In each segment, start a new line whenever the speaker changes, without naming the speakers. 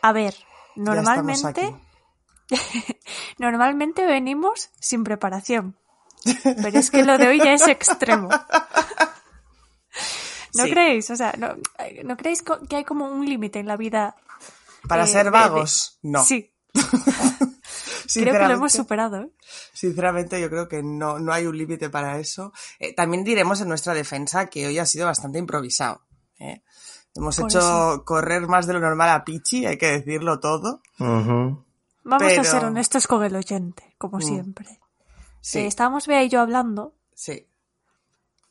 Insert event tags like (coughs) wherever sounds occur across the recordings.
A ver,
Ya estamos
normalmente,
aquí.
(laughs) normalmente venimos sin preparación. Pero es que lo de hoy ya es
(laughs)
extremo. ¿No
Sí.
creéis? O sea, ¿no, ¿no creéis co- que hay como un límite en la vida?
Para
eh,
ser
de-
vagos, no.
Sí, creo que
Sinceramente-
lo hemos superado. ¿eh?
Sinceramente, yo creo que no, no hay un límite para eso. Eh, también diremos en nuestra defensa que hoy ha sido bastante improvisado. ¿eh? Hemos
Por
hecho
eso.
correr más de lo normal a Pichi, hay que decirlo todo.
Ujú.
Vamos
Pero-
a
Mm,
ser honestos con el oyente, como siempre.
Sí,
Eh, estábamos Bea y yo hablando
sí.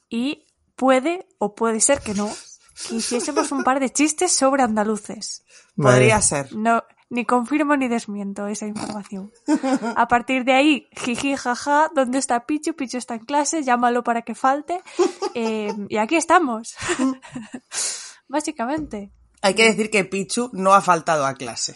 y puede o puede ser que no que hiciésemos un par de chistes sobre andaluces.
Podría
Vale.
ser.
No, ni confirmo ni desmiento esa información. A partir de ahí, jiji, jaja, ¿dónde está Pichu? Pichu está en clase, llámalo para que falte. Eh, y aquí estamos. (laughs) Básicamente.
Hay que decir que Pichu no ha faltado a clase.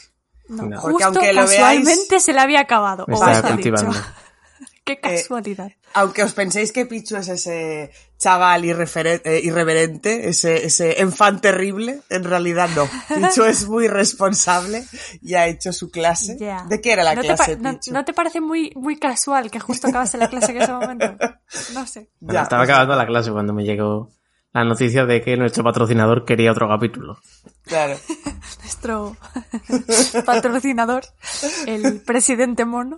No,
No.
Porque
Justo
aunque lo veáis-
casualmente se le había acabado.
Me
o
estaba
eso ha dicho.
cultivando.
(laughs) Qué
Eh,
casualidad.
Aunque os penséis que Pichu es ese chaval irreferen- eh, irreverente, ese, ese enfant terrible, en realidad
(laughs)
no. Pichu es muy responsable y ha hecho su clase.
Ya.
¿De qué era la
¿No te
clase,
pa- no-
Pichu?
No, te parece muy, muy casual que justo acabase la clase en ese momento? No sé.
Bueno,
Ya,
estaba
o sea,
acabando la clase cuando me llegó la noticia de que nuestro patrocinador quería otro capítulo.
Claro.
Nuestro (laughs) patrocinador, el presidente mono.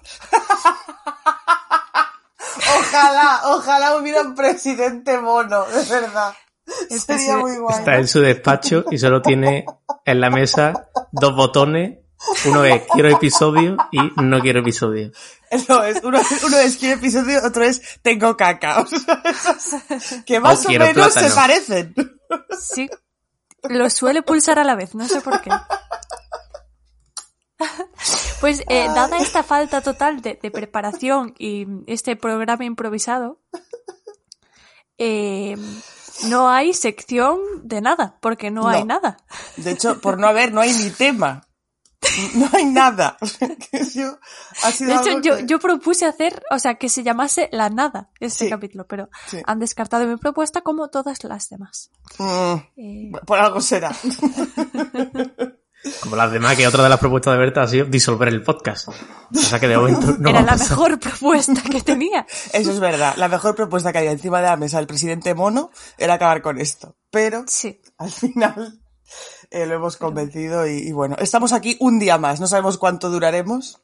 Ojalá, ojalá hubiera un presidente mono, de verdad.
El
Sería
presiden-
muy guay.
Está en su despacho y solo tiene en la mesa dos botones. Uno es quiero episodio y no quiero episodio.
No, es, uno, uno es quiero episodio, otro es tengo caca. (laughs) O
(laughs)
sea, esas que más o,
Oh, quiero
menos se
plátano.
parecen.
Sí. Lo suele pulsar a la vez, no sé por qué. (laughs) Pues eh, dada esta falta total de, de preparación y este programa improvisado, eh, no hay sección de nada, porque no,
No.
hay nada.
De hecho, por no haber, no hay ni tema. No hay nada. (laughs) Que yo- ha sido
De hecho,
algo
yo,
que-
yo propuse hacer, o sea, que se llamase La Nada este
Sí.
capítulo, pero
Sí.
han descartado mi propuesta como todas las demás.
Mm,
Eh,
por algo será.
Como las demás, que otra de las propuestas de Berta ha sido disolver el podcast. O sea que de momento no
era
va
la
a pasar.
mejor (laughs) propuesta
(laughs)
que tenía.
Eso es verdad. La mejor propuesta que había encima de la mesa del presidente mono era acabar con esto. Pero
Sí.
al final eh, lo hemos convencido y, y bueno, estamos aquí un día más. No sabemos cuánto duraremos,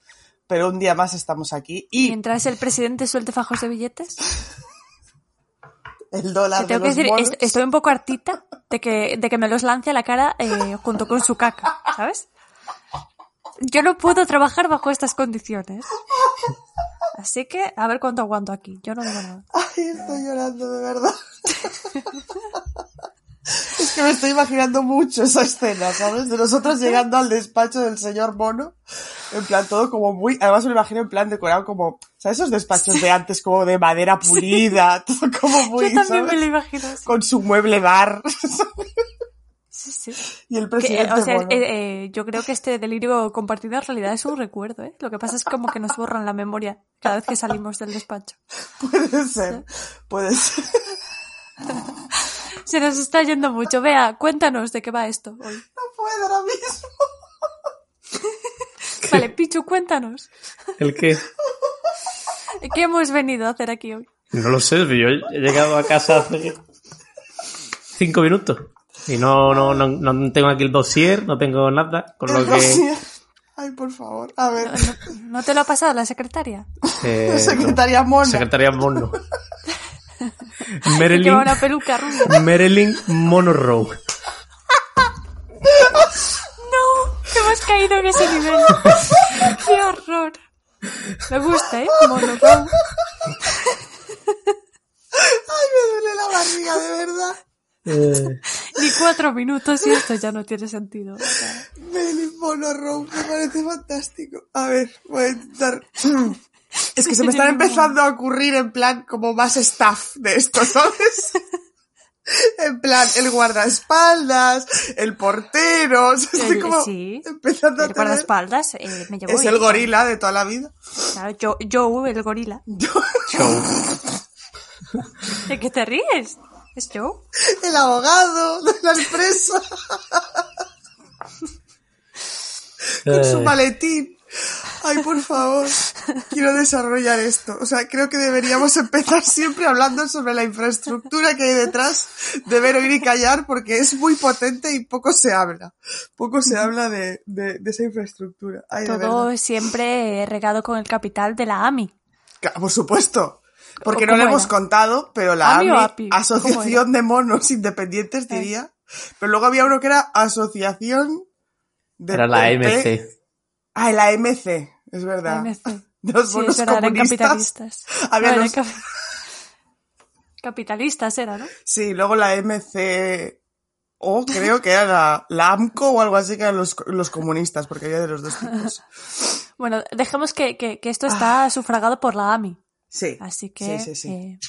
pero un día más estamos aquí y
Mientras el presidente suelte fajos de billetes.
el
Te
dólar de
tengo que
los
decir,
monos-
est- estoy un poco hartita de que, de que me los lance a la cara eh, junto con su caca, ¿sabes? Yo no puedo trabajar bajo estas condiciones. Así que a ver cuánto aguanto aquí. Yo no digo nada.
Ay, estoy llorando de verdad. es que me estoy imaginando mucho esa escena, ¿sabes? De nosotros llegando al despacho del señor mono, en plan todo como muy, además me lo imagino en plan decorado como, ¿sabes? Esos despachos de antes como de madera pulida, (laughs) todo como muy,
Yo también me
¿sabes?
lo imagino. así.
Con su mueble bar
Sí, sí.
y el
Que,
presidente
eh, o sea,
mono.
eh, eh, yo creo que este delirio compartido en realidad es un recuerdo, ¿eh? Lo que pasa es como que nos borran la memoria cada vez que salimos del despacho.
Puede ser, puede ser. (laughs)
Se nos está yendo mucho. Vea, cuéntanos de qué va esto hoy.
No puedo ahora mismo.
Vale, Pichu, cuéntanos.
¿El qué?
¿Qué hemos venido a hacer aquí hoy?
No lo sé, yo he llegado a casa hace cinco minutos. Y no, no, no, no tengo aquí el dossier, no tengo nada, con lo
El
que
dossier. Ay, por favor. A ver,
¿No, no te lo ha pasado la secretaria?
eh,
secretaria
no.
mona.
Secretaria
(laughs)
Mono.
Que
Marilyn,
lleva una peluca rubia.
(laughs)
Marilyn Monroe.
¡No! Hemos caído en ese nivel. (laughs) ¡Qué horror! Me gusta, ¿eh? Monochrome.
Ay, me duele la barriga, de verdad.
Eh,
Ni 24 minutos y esto ya no tiene sentido. O sea,
Meli Monroe, me parece fantástico. A ver, voy a intentar. (clears throat) Es que se me están empezando a ocurrir en plan como más staff de esto,
(laughs)
¿sabes? En plan, el guardaespaldas, el portero, o sea,
Sí,
estoy como
sí.
empezando
el
a tener...
guardaespaldas eh, me llevó
Es el gorila de toda la vida. (laughs)
Claro, yo, Joe, el gorila.
Show.
¿De qué te ríes? Es Joe.
El abogado (laughs) de la empresa con su
Eh,
maletín. Ay, por favor, quiero desarrollar esto. O sea, creo que deberíamos empezar siempre hablando sobre la infraestructura que hay detrás de ver, oír y callar, porque es muy potente y poco se habla. Poco se habla de, de- de esa infraestructura. Ay, de
Todo
verdad.
siempre eh, regado con el capital de la AMI.
Claro, Por supuesto. Porque
¿O
no lo
cómo
hemos
era?
contado, pero la
¿Ami o
AMI,
API? ¿Cómo
Asociación de Monos Independientes,
Ay.
diría. Pero luego había uno que era Asociación de
Era la
del
MC.
P- Ah, la MC, es verdad. (laughs)
AMC.
De los
Sí,
monos
es verdad, eran
comunistas.
capitalistas.
Había
No, eran
los-
cap- (laughs) Capitalistas era, ¿no?
Sí, luego la MC. O creo que era la, la AMCO o algo así, que eran los, los comunistas, porque había de los dos tipos.
Bueno, dejemos que, que- que esto está sufragado por la AMI.
Sí.
Así que.
Ah. Sí, sí, sí.
eh,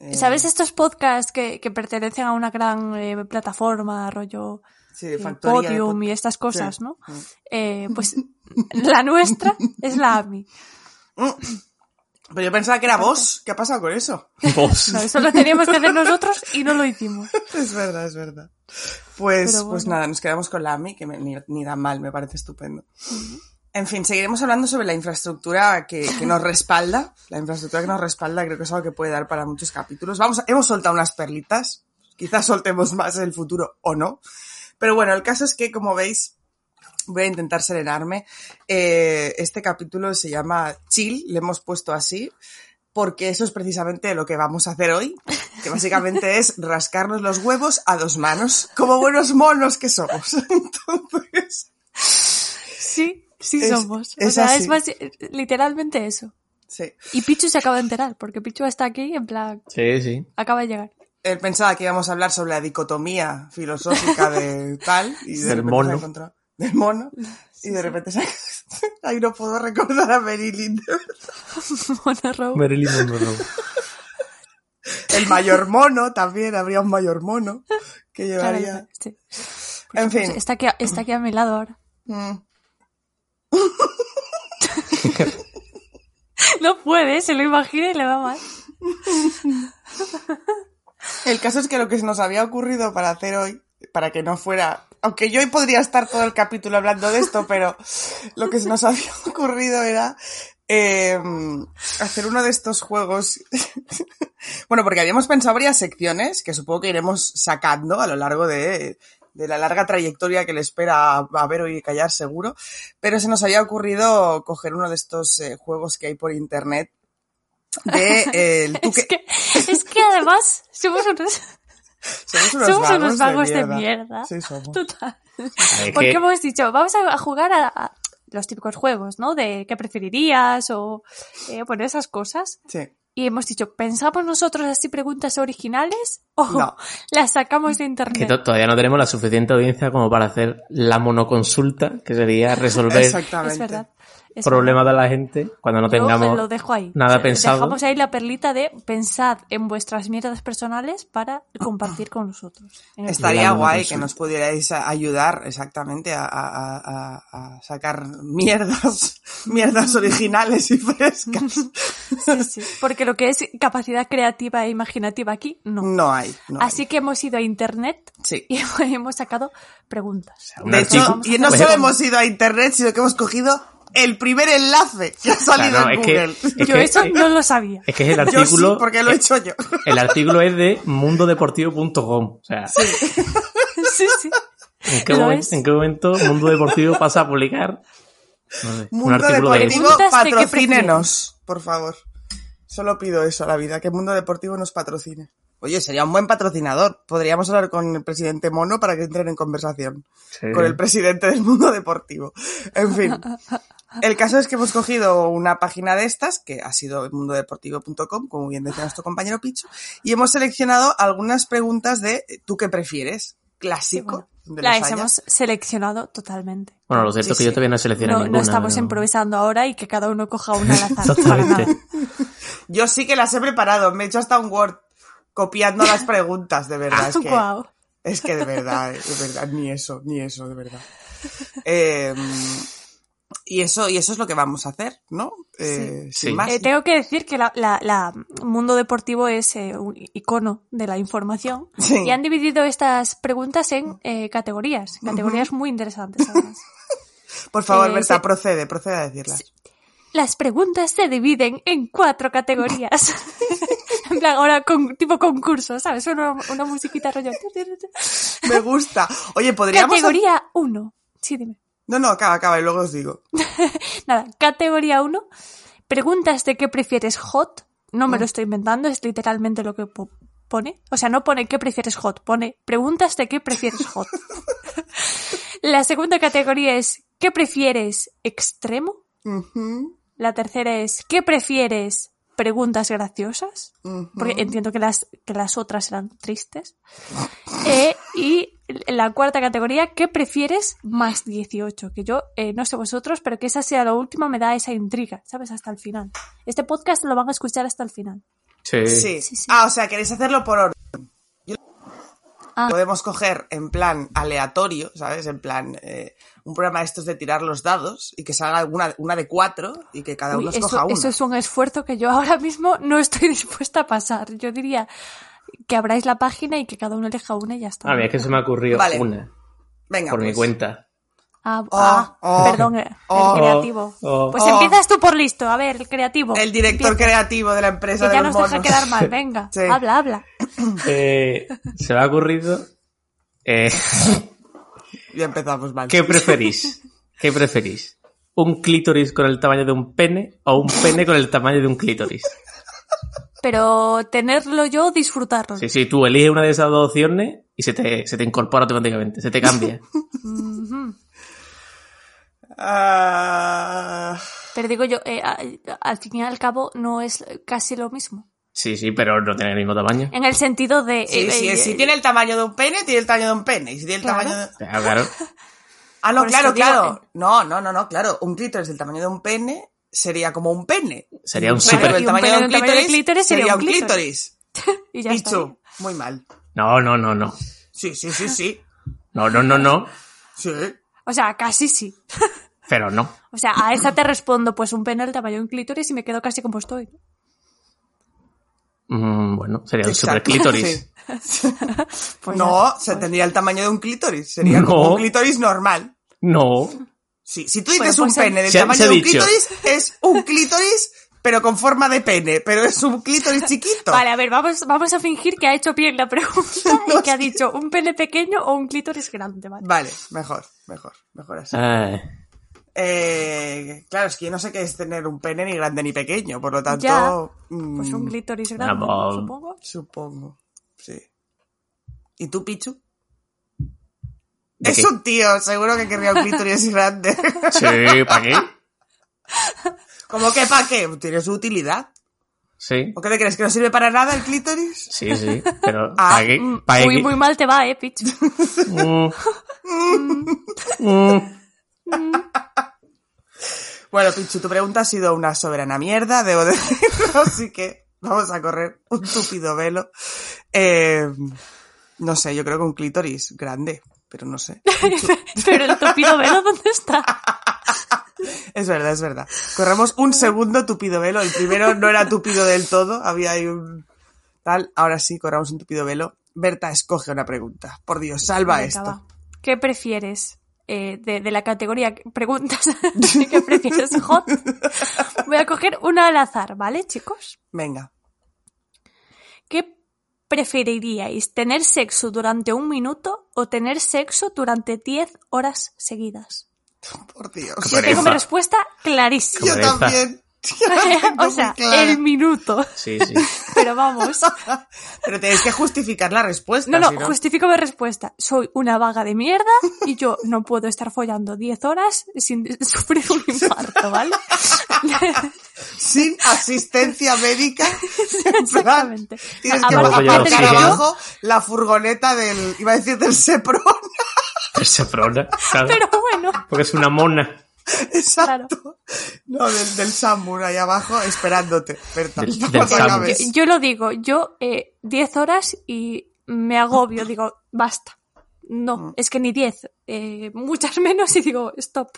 Eh,
¿Sabes estos podcasts que, que pertenecen a una gran eh, plataforma, rollo
Sí,
eh,
factoría de
podium y
podcast.
estas cosas,
Sí. Ah.
no? Eh, pues (laughs) la nuestra es la AMI.
Mm. Pero yo pensaba que era vos. ¿Qué ha pasado con eso? (laughs)
Vos.
No, eso lo teníamos que hacer nosotros y no lo hicimos.
Es verdad, es verdad. Pues,
Pero
pues
bueno.
nada, nos quedamos con la AMI, que me- ni, ni da mal, me parece estupendo. En fin, seguiremos hablando sobre la infraestructura que, que nos respalda. La infraestructura que nos respalda creo que es algo que puede dar para muchos capítulos. Vamos, a- hemos soltado unas perlitas. Quizás soltemos más en el futuro o no. Pero bueno, el caso es que, como veis, voy a intentar serenarme. Eh, este capítulo se llama Chill, le hemos puesto así, porque eso es precisamente lo que vamos a hacer hoy, que básicamente
(laughs)
es rascarnos los huevos a dos manos, como buenos monos que somos. (laughs) Entonces,
Sí, sí
Es-
somos. O
es
sea,
así.
es más, eh, literalmente eso.
sí.
Y Pichu se acaba de enterar, porque Pichu está aquí, en plan,
Sí, sí.
acaba de llegar. (laughs)
Él pensaba que íbamos a hablar sobre la dicotomía filosófica de tal y de
Del
repente
mono.
se ha encontrado- del mono y de repente se ha... ahí no puedo recordar a Marilyn
Bueno, Raúl,
Marilyn Monroe.
el mayor mono también habría un mayor mono que
claro,
llevaría
sí.
pues,
en fin
Está aquí, está aquí a mi lado ahora.
mm.
(laughs) No puede, se lo imagina y le va mal.
El caso es que lo que se nos había ocurrido para hacer hoy, para que no fuera, aunque yo hoy podría estar todo el capítulo hablando de esto, pero lo que se nos (laughs) había ocurrido era eh, hacer uno de estos juegos. (laughs) bueno, porque habíamos pensado varias secciones que supongo que iremos sacando a lo largo de, de la larga trayectoria que le espera a, a Vero y Callar seguro, pero se nos había ocurrido coger uno de estos eh, juegos que hay por internet de eh, el tú
Es
que-
que, es que además somos unos,
Somos (laughs) unos
somos
vagos,
unos vagos
de
de
mierda.
mierda.
Sí, somos.
Total.
Es
Porque
que-
hemos dicho, vamos a a jugar a, a los típicos juegos, ¿no? De qué preferirías o, eh, bueno, esas cosas.
Sí.
Y hemos dicho, ¿pensamos nosotros así preguntas originales o
No.
(laughs) las sacamos de
que
internet?
to- todavía no tenemos la suficiente audiencia como para hacer la monoconsulta, que sería resolver
Exactamente.
Es verdad. es
problemas de la gente cuando no
Yo
tengamos...
lo dejo ahí.
nada pensado.
Dejamos ahí la perlita de pensad en vuestras mierdas personales para compartir con nosotros. En el-
Estaría
Mirando una
guay que
consulta.
nos pudierais a- ayudar exactamente a, a- a- a- a sacar mierdas, (laughs) mierdas originales y frescas.
Sí, sí. Porque lo que es capacidad creativa e imaginativa aquí, no.
No hay. No hay.
Así que hemos ido a internet
Sí.
y (laughs) hemos sacado preguntas.
sea, un
De hecho,
Vamos
y
a
no
hacer-
solo hemos ido a internet, sino que hemos cogido el primer enlace que ha salido
Claro,
en
es que-
Google.
es
Yo
que- eh,
eso no lo sabía.
Es que es el
Yo
artículo... eh,
sí, porque lo he hecho yo.
El artículo es de mundodeportivo.com. O sea,
(laughs) Sí, sí.
¿en,
(laughs)
qué
Lo
momen-
es.
en qué momento Mundo Deportivo pasa a publicar no sé, un
Mundo
artículo de
Deportivo,
Preguntas de qué
patrocínenos, por favor. Solo pido eso a la vida, que Mundo Deportivo nos patrocine. Oye, sería un buen patrocinador. Podríamos hablar con el presidente Mono para que entren en conversación
Sí.
con el presidente del mundo deportivo.
(laughs)
En fin. El caso es que hemos cogido una página de estas, que ha sido mundodeportivo.com, como bien decía nuestro compañero Pichu, y hemos seleccionado algunas preguntas de eh, ¿tú qué prefieres? clásico. de
La
lasaña.
hemos seleccionado totalmente.
Bueno, lo cierto
Sí,
es que yo
sí.
todavía no he seleccionado
No, no
ninguna.
estamos
pero- (laughs)
improvisando ahora y que cada uno coja una al azar. para nada.
Exactamente.
Yo sí que las he preparado, me he hecho hasta un Word copiando
(laughs)
las preguntas, de verdad. Ah, Es que,
Guau.
es que de verdad, eh, de verdad, ni eso, ni eso, de verdad. Eh, y eso, y eso es lo que vamos a hacer, ¿no? Eh,
Sí.
Sin
Sí.
más.
Eh, tengo que decir que la, la- la mundo deportivo es eh, un icono de la información
(laughs) Sí.
y han dividido estas preguntas en eh, categorías, categorías muy interesantes. además.
Por favor,
eh,
Berta,
sí.
procede, procede a decirlas.
Las preguntas se dividen en cuatro categorías. en plan, ahora con, tipo concurso, ¿sabes? Una, una musiquita rollo.
Me gusta. Oye, podríamos.
Categoría 1. Sí, dime.
No, no, acaba, acaba, y luego os digo.
Nada, categoría 1. Preguntas de qué prefieres hot. No me lo estoy inventando, es literalmente lo que po- pone. O sea, no pone qué prefieres hot, pone preguntas de qué prefieres hot. La segunda categoría es qué prefieres extremo.
Ujú,
La tercera es qué prefieres preguntas graciosas.
ujú.
Porque entiendo que las, que las otras eran tristes. Eh, y la cuarta categoría, ¿qué prefieres más 18? Que yo, eh, no sé vosotros, pero que esa sea la última me da esa intriga, ¿sabes? Hasta el final. Este podcast lo van a escuchar hasta el final.
Sí.
Sí.
Sí, sí.
Ah, o sea, queréis hacerlo por orden. Yo-
Ah.
Podemos coger en plan aleatorio, ¿sabes? En plan, eh, un programa de estos de tirar los dados y que salga una, una de cuatro y que cada
Uy,
uno escoja
eso,
una.
eso es un esfuerzo que yo ahora mismo no estoy (laughs) dispuesta a pasar. Yo diría que abráis la página y que cada uno elija una y ya está.
A mí es que se me ha ocurrido
Vale.
una
Venga,
por mi
pues.
cuenta.
Ah, ah,
oh,
perdón, eh, el
oh,
creativo.
oh,
pues
oh.
empiezas tú por listo, a ver, el creativo.
El director
Empieza.
creativo de la
que
empresa de
ya
los
nos deja
monos.
quedar
(laughs)
mal, venga,
Sí.
habla, habla.
Eh, se me ha ocurrido. eh, (laughs)
Ya empezamos mal.
¿Qué preferís? ¿Qué preferís? ¿Un clítoris con el tamaño de un pene o un pene con el tamaño de un clítoris?
Pero tenerlo yo, disfrutarlo.
Sí, sí, tú eliges una de esas dos opciones y se te, se te incorpora automáticamente, se te cambia.
Ujú.
Ah,
Pero digo yo, eh, a- al fin y al cabo no es casi lo mismo.
Sí, sí, pero no tiene el mismo tamaño.
En el sentido de...
sí,
eh,
sí,
eh,
si tiene el tamaño de un pene, tiene el tamaño de un pene. Y si tiene el
Claro.
tamaño de...
Ah, claro.
Ah, no,
Por eso
claro,
digo,
claro.
eh.
No, no, no, no, claro. Un clítoris del tamaño de un pene sería como un pene.
Sería un
pene
súper-
del
Y un pene del tamaño del clítoris sería
sería
un
un
clítoris.
clítoris.
y ya está.
Pichu, muy mal.
No, no, no, no.
Sí, sí, sí, sí.
No, no, no, no.
Sí.
O sea, casi sí.
Pero no.
O sea, a esa te respondo, pues un pene del tamaño de un clítoris y me quedo casi como estoy.
Mm, bueno, sería un super
Exacto,
clítoris.
(laughs) Pues
No,
ya.
se tendría el tamaño de un clítoris. Sería como
No.
un clítoris normal.
No.
Sí, si tú dices
Bueno, pues
un
el-
pene del
Se-
tamaño
se ha
de un
dicho.
clítoris, es un clítoris, pero con forma de pene. Pero es un clítoris chiquito.
Vale, a ver, vamos, vamos a fingir que ha hecho bien la pregunta y
(laughs) No
que ha
sé.
dicho un pene pequeño o un clítoris grande, ¿vale?
Vale, mejor, mejor, mejor así.
Ah,
Eh, claro, es que yo no sé qué es tener un pene ni grande ni pequeño, por lo tanto.
Ya.
mm,
Pues un clítoris grande,
Vamos.
supongo.
Supongo, sí. ¿Y tú, Pichu?
¿de
Es
qué?
un tío, seguro que querría
(laughs)
un clítoris grande.
Sí, ¿para qué?
¿Cómo que para qué? ¿Tiene su utilidad?
Sí,
¿O qué te crees? ¿Que no sirve para nada el clítoris?
sí, sí. Pero
Ah,
¿para qué?
Mm,
¿Para
Muy,
qué?
muy mal te va, eh, Pichu.
Mm. Mm.
Bueno, Pichu, tu pregunta ha sido una soberana mierda, debo (laughs) decirlo, así que vamos a correr un tupido velo. Eh, no sé, yo creo que un clítoris grande, pero no sé.
(laughs) Pero el tupido velo, ¿dónde está?
Es verdad, es verdad. Corremos un segundo tupido velo. El primero no era tupido del todo, había ahí un tal. Ahora sí, corramos un tupido velo. Berta, escoge una pregunta. Por Dios, salva
Venga,
esto.
va. ¿Qué prefieres? Eh, de, de la categoría que- preguntas, (laughs) ¿qué prefieres hot? Voy a coger una al azar, ¿vale, chicos?
Venga.
¿Qué preferiríais? ¿Tener sexo durante un minuto o tener sexo durante 10 horas seguidas?
Por Dios.
Qué
Yo tengo
pereza.
mi respuesta clarísima.
(laughs) Yo
pereza.
también.
(laughs) o sea, el minuto.
Sí, sí.
Pero vamos.
Pero tenéis que justificar la respuesta.
No, no,
si
justifico mi respuesta. Soy una vaga de mierda (laughs) y yo no puedo estar follando 10 horas sin sufrir un infarto, ¿vale? (laughs)
sin
(laughs)
asistencia médica. En plan,
Exactamente.
Tienes que
Aparte-
Luego ya
aparcar
oxígeno.
abajo la furgoneta del, iba a decir del Sepron. (laughs)
Esa prona, claro.
Pero bueno,
Porque es una mona.
Exacto. No, del, del Samur ahí abajo esperándote, Berta.
Del-
cuando
del Samur.
acabes.
yo lo digo, yo eh, 10 horas y me agobio, digo, basta.
Mm.
No, es que ni 10, eh, muchas menos y digo, stop.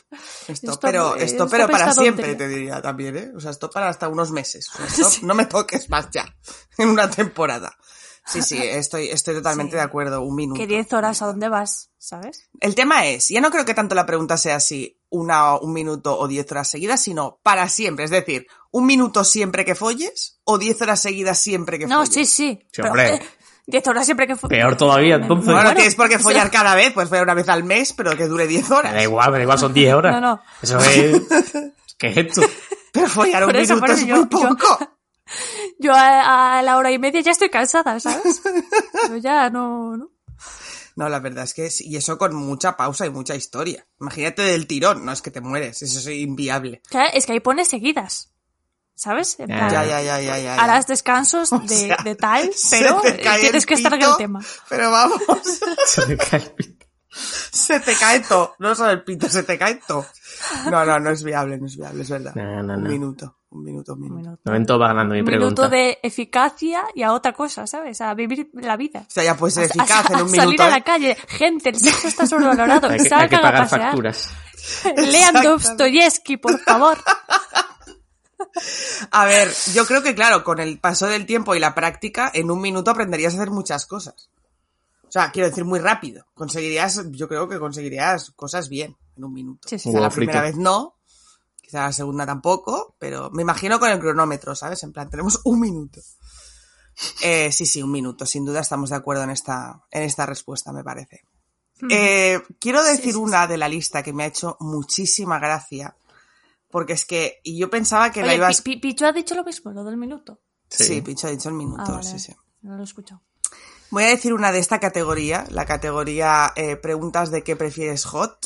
Esto,
Stop,
pero,
eh,
esto,
stop
pero para
esta
siempre,
tontería.
te diría también, ¿eh? O sea, esto para hasta unos meses. O sea,
(laughs)
stop, No me toques más ya, (laughs) en una temporada.
(laughs)
Sí, sí, estoy, estoy totalmente
Sí.
de acuerdo, un minuto.
Que 10 horas, ¿a dónde vas? ¿Sabes?
El tema es, ya no creo que tanto la pregunta sea si una, un minuto o diez horas seguidas, sino para siempre. Es decir, un minuto siempre que folles o diez horas seguidas siempre que
No,
folles.
sí, sí.
Sí,
Pero,
hombre.
eh, 10 horas siempre que fue.
Peor todavía,
Me-
entonces.
me
Bueno,
muero.
no tienes por qué
Sí.
follar cada vez, pues follar una vez al mes, pero que dure diez
Me da
horas.
igual, me da igual, son 10 horas.
No, no.
Eso es. ¿Qué
(laughs)
es esto?
Pero follar un
Por eso,
minuto
por
es
eso
muy
yo- yo-
poco.
Yo a, a la hora y media ya estoy cansada,
(laughs)
¿sabes? Yo ya no, no.
No, la verdad es que sí, y eso con mucha pausa y mucha historia. Imagínate del tirón, no es que te mueres, eso es inviable.
Claro, es que ahí pone seguidas. ¿Sabes? En plan,
Ya, ya, ya, ya, ya. ya.
harás descansos de,
(laughs) O sea,
de tal,
(laughs) se
pero
te cae
tienes
el
que estar en
pito,
el tema.
Pero vamos, (laughs)
Se me cae el pito.
se te cae todo. No solo el pito, se te cae todo. No, no, no es viable, no es viable, es verdad.
No, no,
Un
no.
minuto, un minuto, un
Un
minuto.
minuto.
De momento va ganando mi
Un
pregunta.
minuto de eficacia y a otra cosa, ¿sabes? A vivir la vida.
O sea, ya puede ser
A- a- (laughs)
eficaz en
a
un
salir
minuto.
a
¿eh?
la calle. Gente, el sexo está
(laughs)
sobrevalorado.
Hay que, hay que
Salgan a
pagar
pasear.
facturas.
(laughs) Lean
Exactamente.
Dostoyevsky, por
(laughs)
favor.
A ver, yo creo que claro, con el paso del tiempo y la práctica, en un minuto aprenderías a hacer muchas cosas. O sea, quiero decir, muy rápido. Conseguirías, yo creo que conseguirías cosas bien en un minuto.
Sí, sí.
Quizá la
Huevo frito.
primera vez no, quizá la segunda tampoco, pero me imagino con el cronómetro, ¿sabes? En plan, tenemos un minuto. Eh, sí, sí, un minuto. Sin duda estamos de acuerdo en esta, en esta respuesta, me parece.
Hmm.
Eh, quiero decir una de la lista que me ha hecho muchísima gracia, porque es que, y yo pensaba que la
Oye,
ibas...
Pi- Pi- Pichu ha dicho lo mismo, lo del minuto.
Sí,
Sí.
Picho ha dicho el minuto,
Ah, vale.
sí, sí.
No lo he escuchado. (laughs)
Voy a decir una de esta categoría, la categoría eh, preguntas de qué prefieres hot.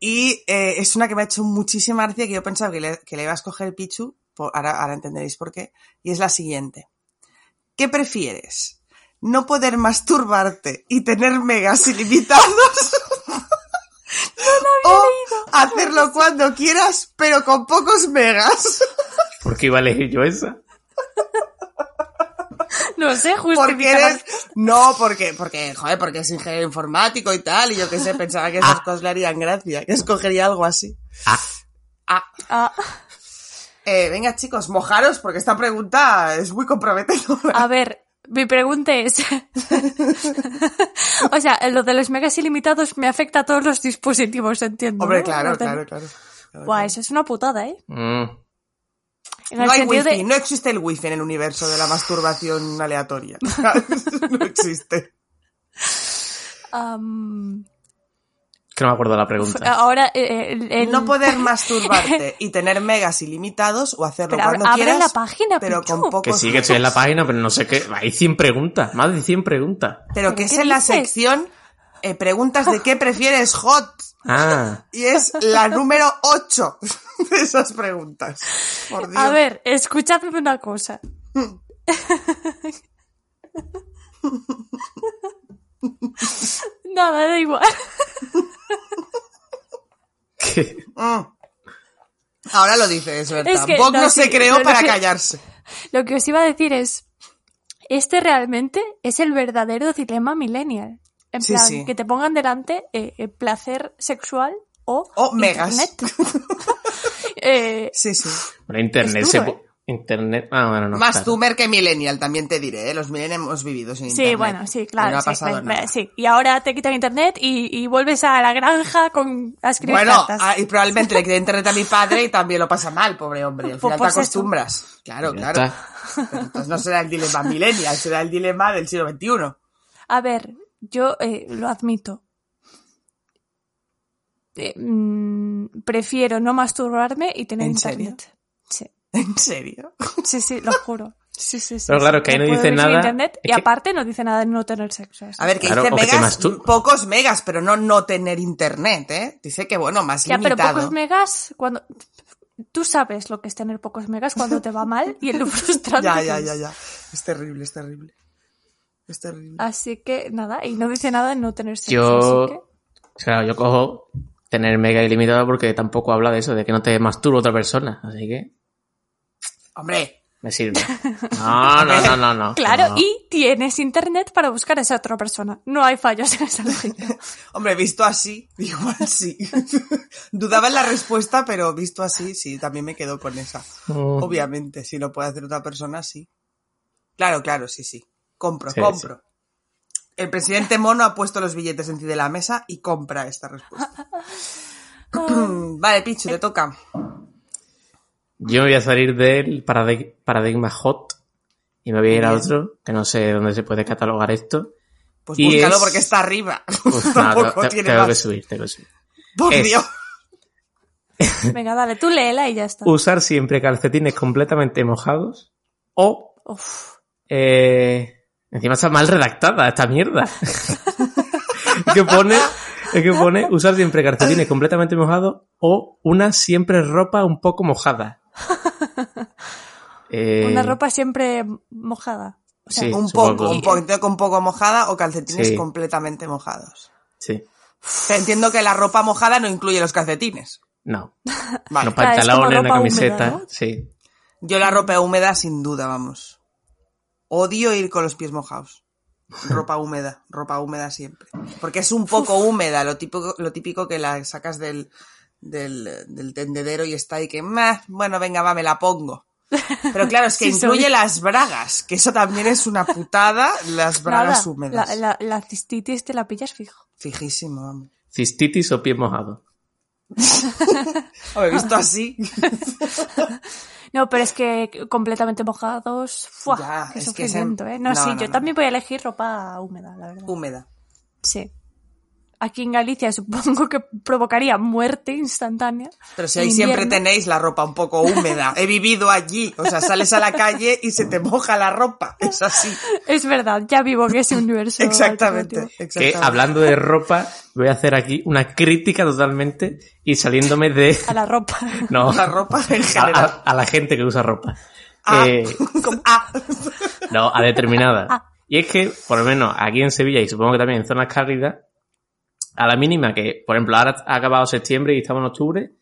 Y eh, es una que me ha hecho muchísima gracia que yo pensaba que le, que le iba a escoger Pichu, por- ahora, ahora entenderéis por qué. Y es la siguiente. ¿Qué prefieres? ¿No poder masturbarte y tener megas ilimitados? (laughs) o hacerlo cuando quieras, pero con pocos megas.
¿Por qué iba a elegir yo esa?
No sé,
porque
justificar.
eres... No, porque, porque, joder, porque es ingeniero informático y tal, y yo qué sé, pensaba que esas cosas le harían gracia, que escogería algo así.
Ah.
Ah.
Ah,
Eh, venga, chicos, mojaros, porque esta pregunta es muy comprometedora.
a ver, mi pregunta es. (laughs) o sea, lo de los megas ilimitados me afecta a todos los dispositivos, entiendo.
(laughs) Hombre,
¿no?
claro,
Lo de-
claro, claro. Claro,
Buah,
claro.
eso es una putada, ¿eh?
Mm.
En el
No hay
sentido
wifi,
de.
no existe el wifi en el universo de la
(laughs)
masturbación aleatoria. (laughs) no existe.
am,
Que no me acuerdo la
f-
pregunta.
ahora. eh, el- el-
Pues No
(laughs)
poder masturbarte y tener megas ilimitados o hacerlo
Pero ab-
cuando
abre
quieras,
la página,
pero
Pichu.
con pocos
Que sí, que estoy en la página, pero no sé qué. Hay 100 preguntas, más de 100 preguntas.
Pero
¿Pero
que es
qué
en la
dices?
sección eh, preguntas de qué prefieres hot.
Ah,
Y es
(laughs)
la número 8 de esas preguntas. Por Dios.
A ver, escuchadme una
(laughs)
cosa. (laughs) Nada, da igual.
que
Mm. Ahora lo dices, Berta.
Es que,
Vox no,
no,
se
sí,
creó
no, no,
para
que-
callarse.
Lo que os iba a decir es, este realmente es el verdadero dilema millennial. En
Sí,
plan,
sí.
que te pongan delante eh, eh, placer sexual o...
O megas. (laughs)
internet. (laughs) Eh,
Sí, sí.
Bueno, internet
Es
se
duro,
pu- Internet. Ah, bueno, no.
Más
claro.
Tumer que Millennial, también te diré. ¿eh? Los Millennial hemos vivido sin internet.
sí, bueno, sí, claro.
Y No ha
sí, pues,
pasado
ve- ve-
nada.
sí. Y ahora te quitan internet y, y vuelves a la granja con, a escribir
Bueno,
cartas.
ah, y probablemente le quité internet a mi padre y también lo pasa mal, pobre hombre. Al
Pues
final te
pues eso.
acostumbras. Claro,
Ya
claro.
está.
Pero entonces no será el dilema millennial, será el dilema del siglo XXI.
A ver, yo eh, lo admito. Eh, mm, prefiero no masturbarme y tener
¿En serio?
internet. Sí.
¿En serio?
Sí, sí, lo juro. Sí, sí, sí.
Pero claro,
sí.
que ahí no
puedo
dice
vivir sin
nada.
Internet, y
Es que-
aparte no dice nada de no tener sexo. así.
A ver, que
Claro, o que
dice
te
megas,
mastur-
pocos megas, pero no no tener internet, ¿eh? Dice que, bueno, más
ya, pero
limitado.
pocos megas, cuando... tú sabes lo que es tener pocos megas cuando te va mal y es
(laughs)
lo frustrante.
Ya,
que
ya,
es.
ya, ya. Es terrible, es terrible. Es terrible.
Así que nada, y no dice nada de no tener sexo.
Yo-
así que-
Claro, yo cojo tener mega ilimitada porque tampoco habla de eso, de que no te masturba otra persona. Así que
Hombre, (laughs)
me sirve. No, no, no, no. no
Claro,
No.
y tienes internet para buscar a esa otra persona. No hay fallos en esa
(laughs)
lógica.
hombre, visto así, (laughs) igual sí. Dudaba en la respuesta, pero visto así, sí, también me quedo con esa.
Mm.
Obviamente, si lo puede hacer otra persona, sí. Claro, claro, sí, sí. Compro,
Sí,
compro. El presidente mono ha puesto los billetes encima de la mesa y compra esta respuesta.
Ah,
Mm, vale, Pichu, te toca.
Yo me voy a salir del paradig- paradigma hot y me voy a ir a
Bien.
otro, que no sé dónde se puede catalogar esto.
(laughs) Pues
Y
búscalo
es-
porque está arriba.
Pues nada,
Tampoco
te-
tiene
tengo
más.
que subir, tengo que subir.
Por
es-
Dios.
Venga, dale, tú léela y ya está.
Usar siempre calcetines completamente mojados o...
Uf.
eh, encima está mal redactada
(laughs)
esta mierda. que pone... Es que pone usar siempre calcetines completamente mojados o una siempre ropa un poco mojada.
(laughs)
Eh,
Una ropa siempre mojada. O sea,
Sí,
un
supongo.
poco, un poquito con poco mojada o calcetines
Sí.
completamente mojados.
Sí.
Te Entiendo que la ropa mojada no incluye los calcetines.
No.
Vale.
Claro,
Unos
Ah, es como
pantalones, una
ropa húmeda,
camiseta.
¿no?
Sí.
Yo la ropa húmeda sin duda, vamos. Odio ir con los pies mojados. Ropa húmeda, ropa húmeda siempre. Porque es un poco húmeda, lo típico, lo típico que la sacas del, del, del tendedero y está ahí que, "Meh, bueno, venga, va, me la pongo. Pero claro,
(laughs)
es que
Sí,
incluye
soy.
las bragas, que eso también es una putada,
nada,
las bragas
la,
húmedas.
la, la cistitis te la pillas fijo.
Fijísimo, vamos.
Cistitis o pies mojados.
Hombre, visto así,
No, pero es que completamente mojados, ¡fua!
Ya,
qué
es que
sufrimiento,
se-
¿eh? No,
no,
sí,
no,
yo
no.
también voy a elegir ropa húmeda, la verdad.
húmeda.
Sí. Aquí en Galicia supongo que provocaría muerte instantánea. (laughs)
Pero si ahí
Invierno.
siempre tenéis la ropa un poco húmeda. He vivido allí. O sea, sales a la calle y se te moja la ropa. Es así.
Es verdad, ya vivo en ese universo.
(laughs) Exactamente.
alternativo.
Que
exactamente.
hablando de ropa, voy a hacer aquí una crítica totalmente y saliéndome de.
(laughs) A la
(laughs)
ropa.
No,
La
a,
ropa en
a-
general.
a la gente que usa ropa.
Ah.
Eh,
Ah,
no,
(laughs)
a determinada. Y es que, por lo menos aquí en Sevilla y supongo que también en zonas cálidas, a la mínima que, por ejemplo, ahora ha acabado septiembre y estamos en octubre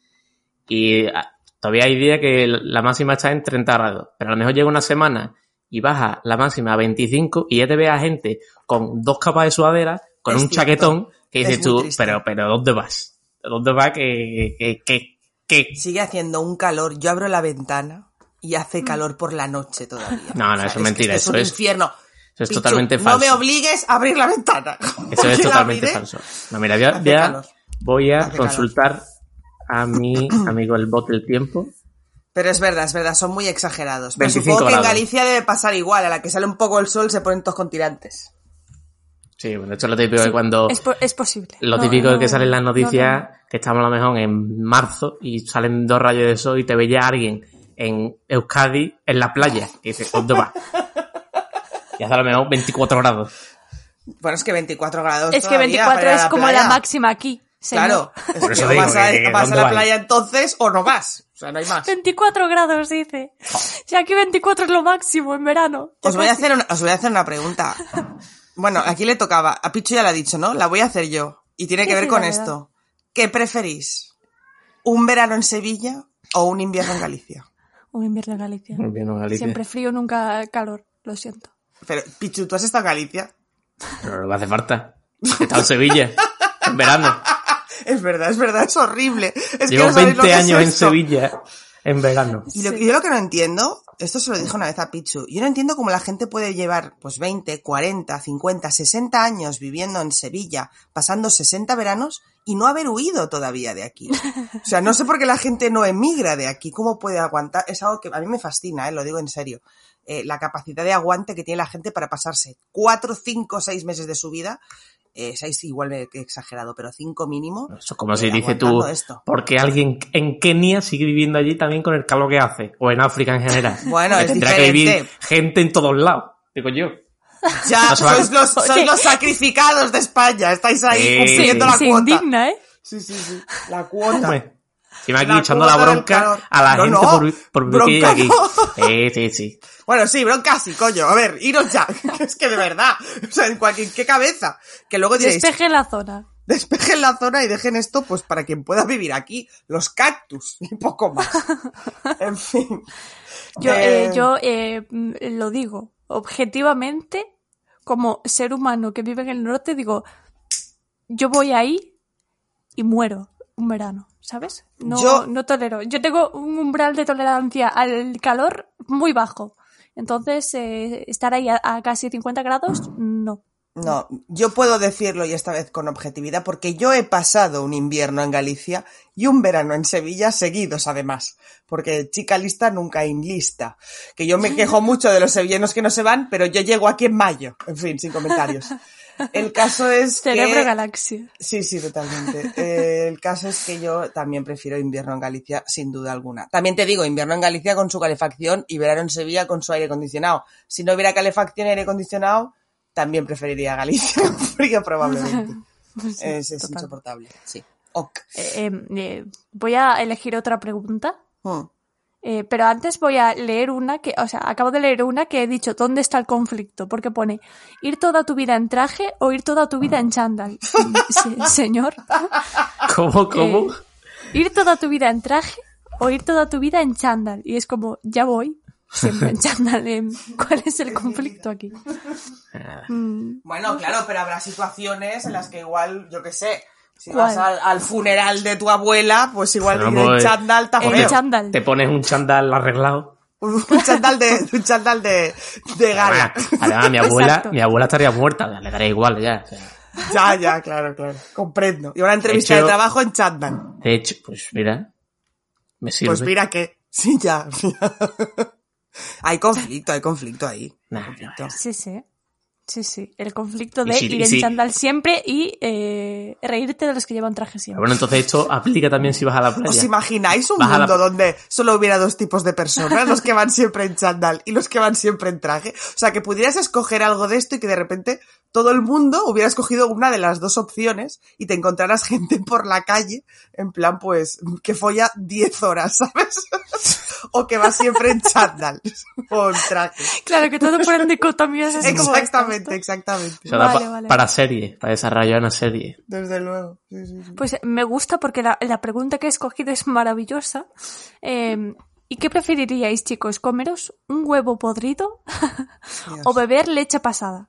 y ah, todavía hay días que la máxima está en 30 grados, pero a lo mejor llega una semana y baja la máxima a 25 y ya te ve a gente con dos capas de sudadera, con
Es
un
cierto.
chaquetón, que
Es
dices
muy
tú,
triste.
pero, pero ¿dónde vas? ¿Dónde vas que, que, que, que-
sigue haciendo un calor. Yo abro la ventana y hace calor por la noche todavía.
No, no,
O sea,
eso es
que
mentira,
esto
eso
es
es-
un infierno.
Eso es
Pichu,
totalmente
No
falso.
me obligues a abrir la ventana. (laughs)
Eso es
Porque la
totalmente
abriré.
falso. No, mira, ya,
Hace
ya
calor.
voy a
Hace calor.
consultar a
(clears throat)
mi amigo el bot del tiempo.
Pero es verdad, es verdad, son muy exagerados. Pero
25
supongo que en
grados.
Galicia debe pasar igual, a la que sale un poco el sol se ponen todos con tirantes.
Sí, bueno, esto es lo típico
Sí,
de cuando...
Es, po- es posible.
Lo
No,
típico de que
no,
salen las
no,
noticias,
no.
que estamos a lo mejor en marzo y salen dos rayos de sol y te ve ya alguien en Euskadi en la playa. Y dices,
(laughs)
¿dónde va? Y hace a lo mejor 24 grados.
Bueno, es que 24 grados.
Es que
todavía
24
para ir a
es como la
playa.
máxima aquí. señor.
Claro, es
Por
que
eso
o
digo
vas a,
que- que
vas a
¿dónde
la
vais?
playa entonces o no vas. O sea, no hay más.
24 grados, dice.
Oh.
Y aquí 24 es lo máximo en verano.
Os voy, a
Casi.
hacer una, os voy a hacer
(laughs)
una pregunta. Bueno, aquí le tocaba. A Pichu ya la ha dicho, ¿no? La voy a hacer yo. Y tiene que
Sí,
ver
sí,
con
dale,
esto. ¿Qué preferís? ¿Un verano en Sevilla o un invierno en Galicia?
Un invierno en Galicia.
Muy bien, Galicia.
Siempre frío, nunca calor. Lo siento.
Pero, Pichu, ¿tú has estado en Galicia?
Pero no hace falta. He estado en Sevilla. En verano.
Es verdad, es verdad, es horrible. (laughs) Es que
Llevo
no sabéis lo
20
que es
años en
esto.
Sevilla. En verano.
Y lo,
Sí.
y yo lo que no entiendo, esto se lo dije una vez a Pichu, yo no entiendo cómo la gente puede llevar pues 20, 40, 50, 60 años viviendo en Sevilla, pasando 60 veranos y no haber huido todavía de aquí. O sea, no sé por qué la gente no emigra de aquí, cómo puede aguantar, es algo que a mí me fascina, eh, lo digo en serio, Eh, la capacidad de aguante que tiene la gente para pasarse 4, 5, 6 meses de su vida, eh, 6 igual de exagerado, pero 5 mínimo.
Eso es como si
eh,
dices tú,
aguantando esto.
porque alguien en Kenia sigue viviendo allí también con el calor que hace, o en África en general.
(laughs) Bueno,
Que
es
tendrá que vivir
diferente.
gente en todos lados, digo yo.
Ya,
No se va-
sois, los, sois
Oye.
los sacrificados de España. Estáis ahí
Sí.
cumpliendo
Siento
Eh, la
se
cuota.
indigna, ¿eh?
Sí, sí, sí. La cuota.
Hombre, Si me aquí
La
echando la
cuota del
bronca
calor.
a la
No,
gente
no,
por, por vivir
bronca
aquí.
no.
(laughs) Sí, sí, sí.
Bueno, sí, bronca sí, coño. A ver, iros ya. (laughs) Que es que de verdad. O sea, en cualquier qué cabeza. Que luego diréis,
Despeje la zona.
despejen la zona y dejen esto, pues para quien pueda vivir aquí, los cactus y poco
(laughs)
más. En fin.
Yo,
Eh,
eh, yo eh, mm, lo digo, objetivamente, como ser humano que vive en el norte, digo, yo voy ahí y muero un verano, ¿sabes? No,
Yo-
no tolero. Yo tengo un umbral de tolerancia al calor muy bajo. Entonces, eh, estar ahí a, a casi 50 grados, no.
No, yo puedo decirlo y esta vez con objetividad, porque yo he pasado un invierno en Galicia y un verano en Sevilla seguidos, además. Porque chica lista nunca enlista. Que yo me quejo mucho de los sevillanos que no se van, pero yo llego aquí en mayo. En fin, sin comentarios. El caso es
Cerebro
que...
galaxia.
Sí, sí, totalmente. (laughs) Eh, el caso es que yo también prefiero invierno en Galicia, sin duda alguna. También te digo, invierno en Galacia con su calefacción y verano en Sevilla con su aire acondicionado. Si no hubiera calefacción y aire acondicionado, también preferiría Galicia, (laughs) porque
(laughs)
probablemente
Pues Sí,
es, es
total.
insoportable. Sí. Ok.
Eh, eh, eh, voy a elegir otra pregunta.
Hmm.
Eh, pero antes voy a leer una que, o sea, acabo de leer una que he dicho, ¿dónde está el conflicto? Porque pone, ir toda tu vida en traje o ir toda tu vida en chándal.
(laughs)
Sí, señor,
¿Cómo, cómo?
Eh, ir toda tu vida en traje o ir toda tu vida en chándal. Y es como, ya voy, siempre en chándal. em, ¿Cuál es el conflicto aquí?
Nada.
Mm,
Bueno, claro, pero habrá situaciones en las que igual, yo qué sé, si
¿Cuál?
vas al, al funeral de tu abuela, pues igual
Pero
ir
no,
en
eh,
chándal está
en
jodido.
chándal.
Te pones un chandal arreglado.
(laughs) Un chándal de, un chándal de, de gala.
Además, además, mi abuela,
Exacto.
mi abuela estaría muerta, le daría igual ya. o sea.
Ya, ya, claro, claro. Comprendo. Y una entrevista de,
De hecho-
trabajo en Chandal.
de hecho, pues mira, me sirve.
Pues mira que. Sí, ya. hay conflicto, hay conflicto ahí.
Nah,
Conflicto.
Sí, sí. Sí, sí. El conflicto
Y
de
si-
ir
y
en
si-
chándal siempre y eh, reírte de los que llevan traje
Pero
siempre.
bueno, entonces esto aplica también si vas a la playa.
¿Os imagináis un
Baja la-
mundo donde solo hubiera dos tipos de personas, los que van siempre en chándal y los que van siempre en traje? O sea, que pudieras escoger algo de esto y que de repente todo el mundo hubiera escogido una de las dos opciones y te encontraras (laughs) gente por la calle, en plan, pues, que folla 10 horas, ¿sabes? (laughs) o que va siempre en chándal (laughs) o en traje.
Claro, que todo por en dicotomías así como
Exactamente,
esto,
O
exactamente.
sea, da
Vale,
pa-
vale.
Para serie, para desarrollar una serie.
Desde luego. Sí, sí, sí.
esto. Pues me gusta porque la, la pregunta que he escogido es maravillosa. Eh, ¿Y qué preferiríais, chicos? ¿Comeros un huevo podrido
Dios.
o beber leche pasada?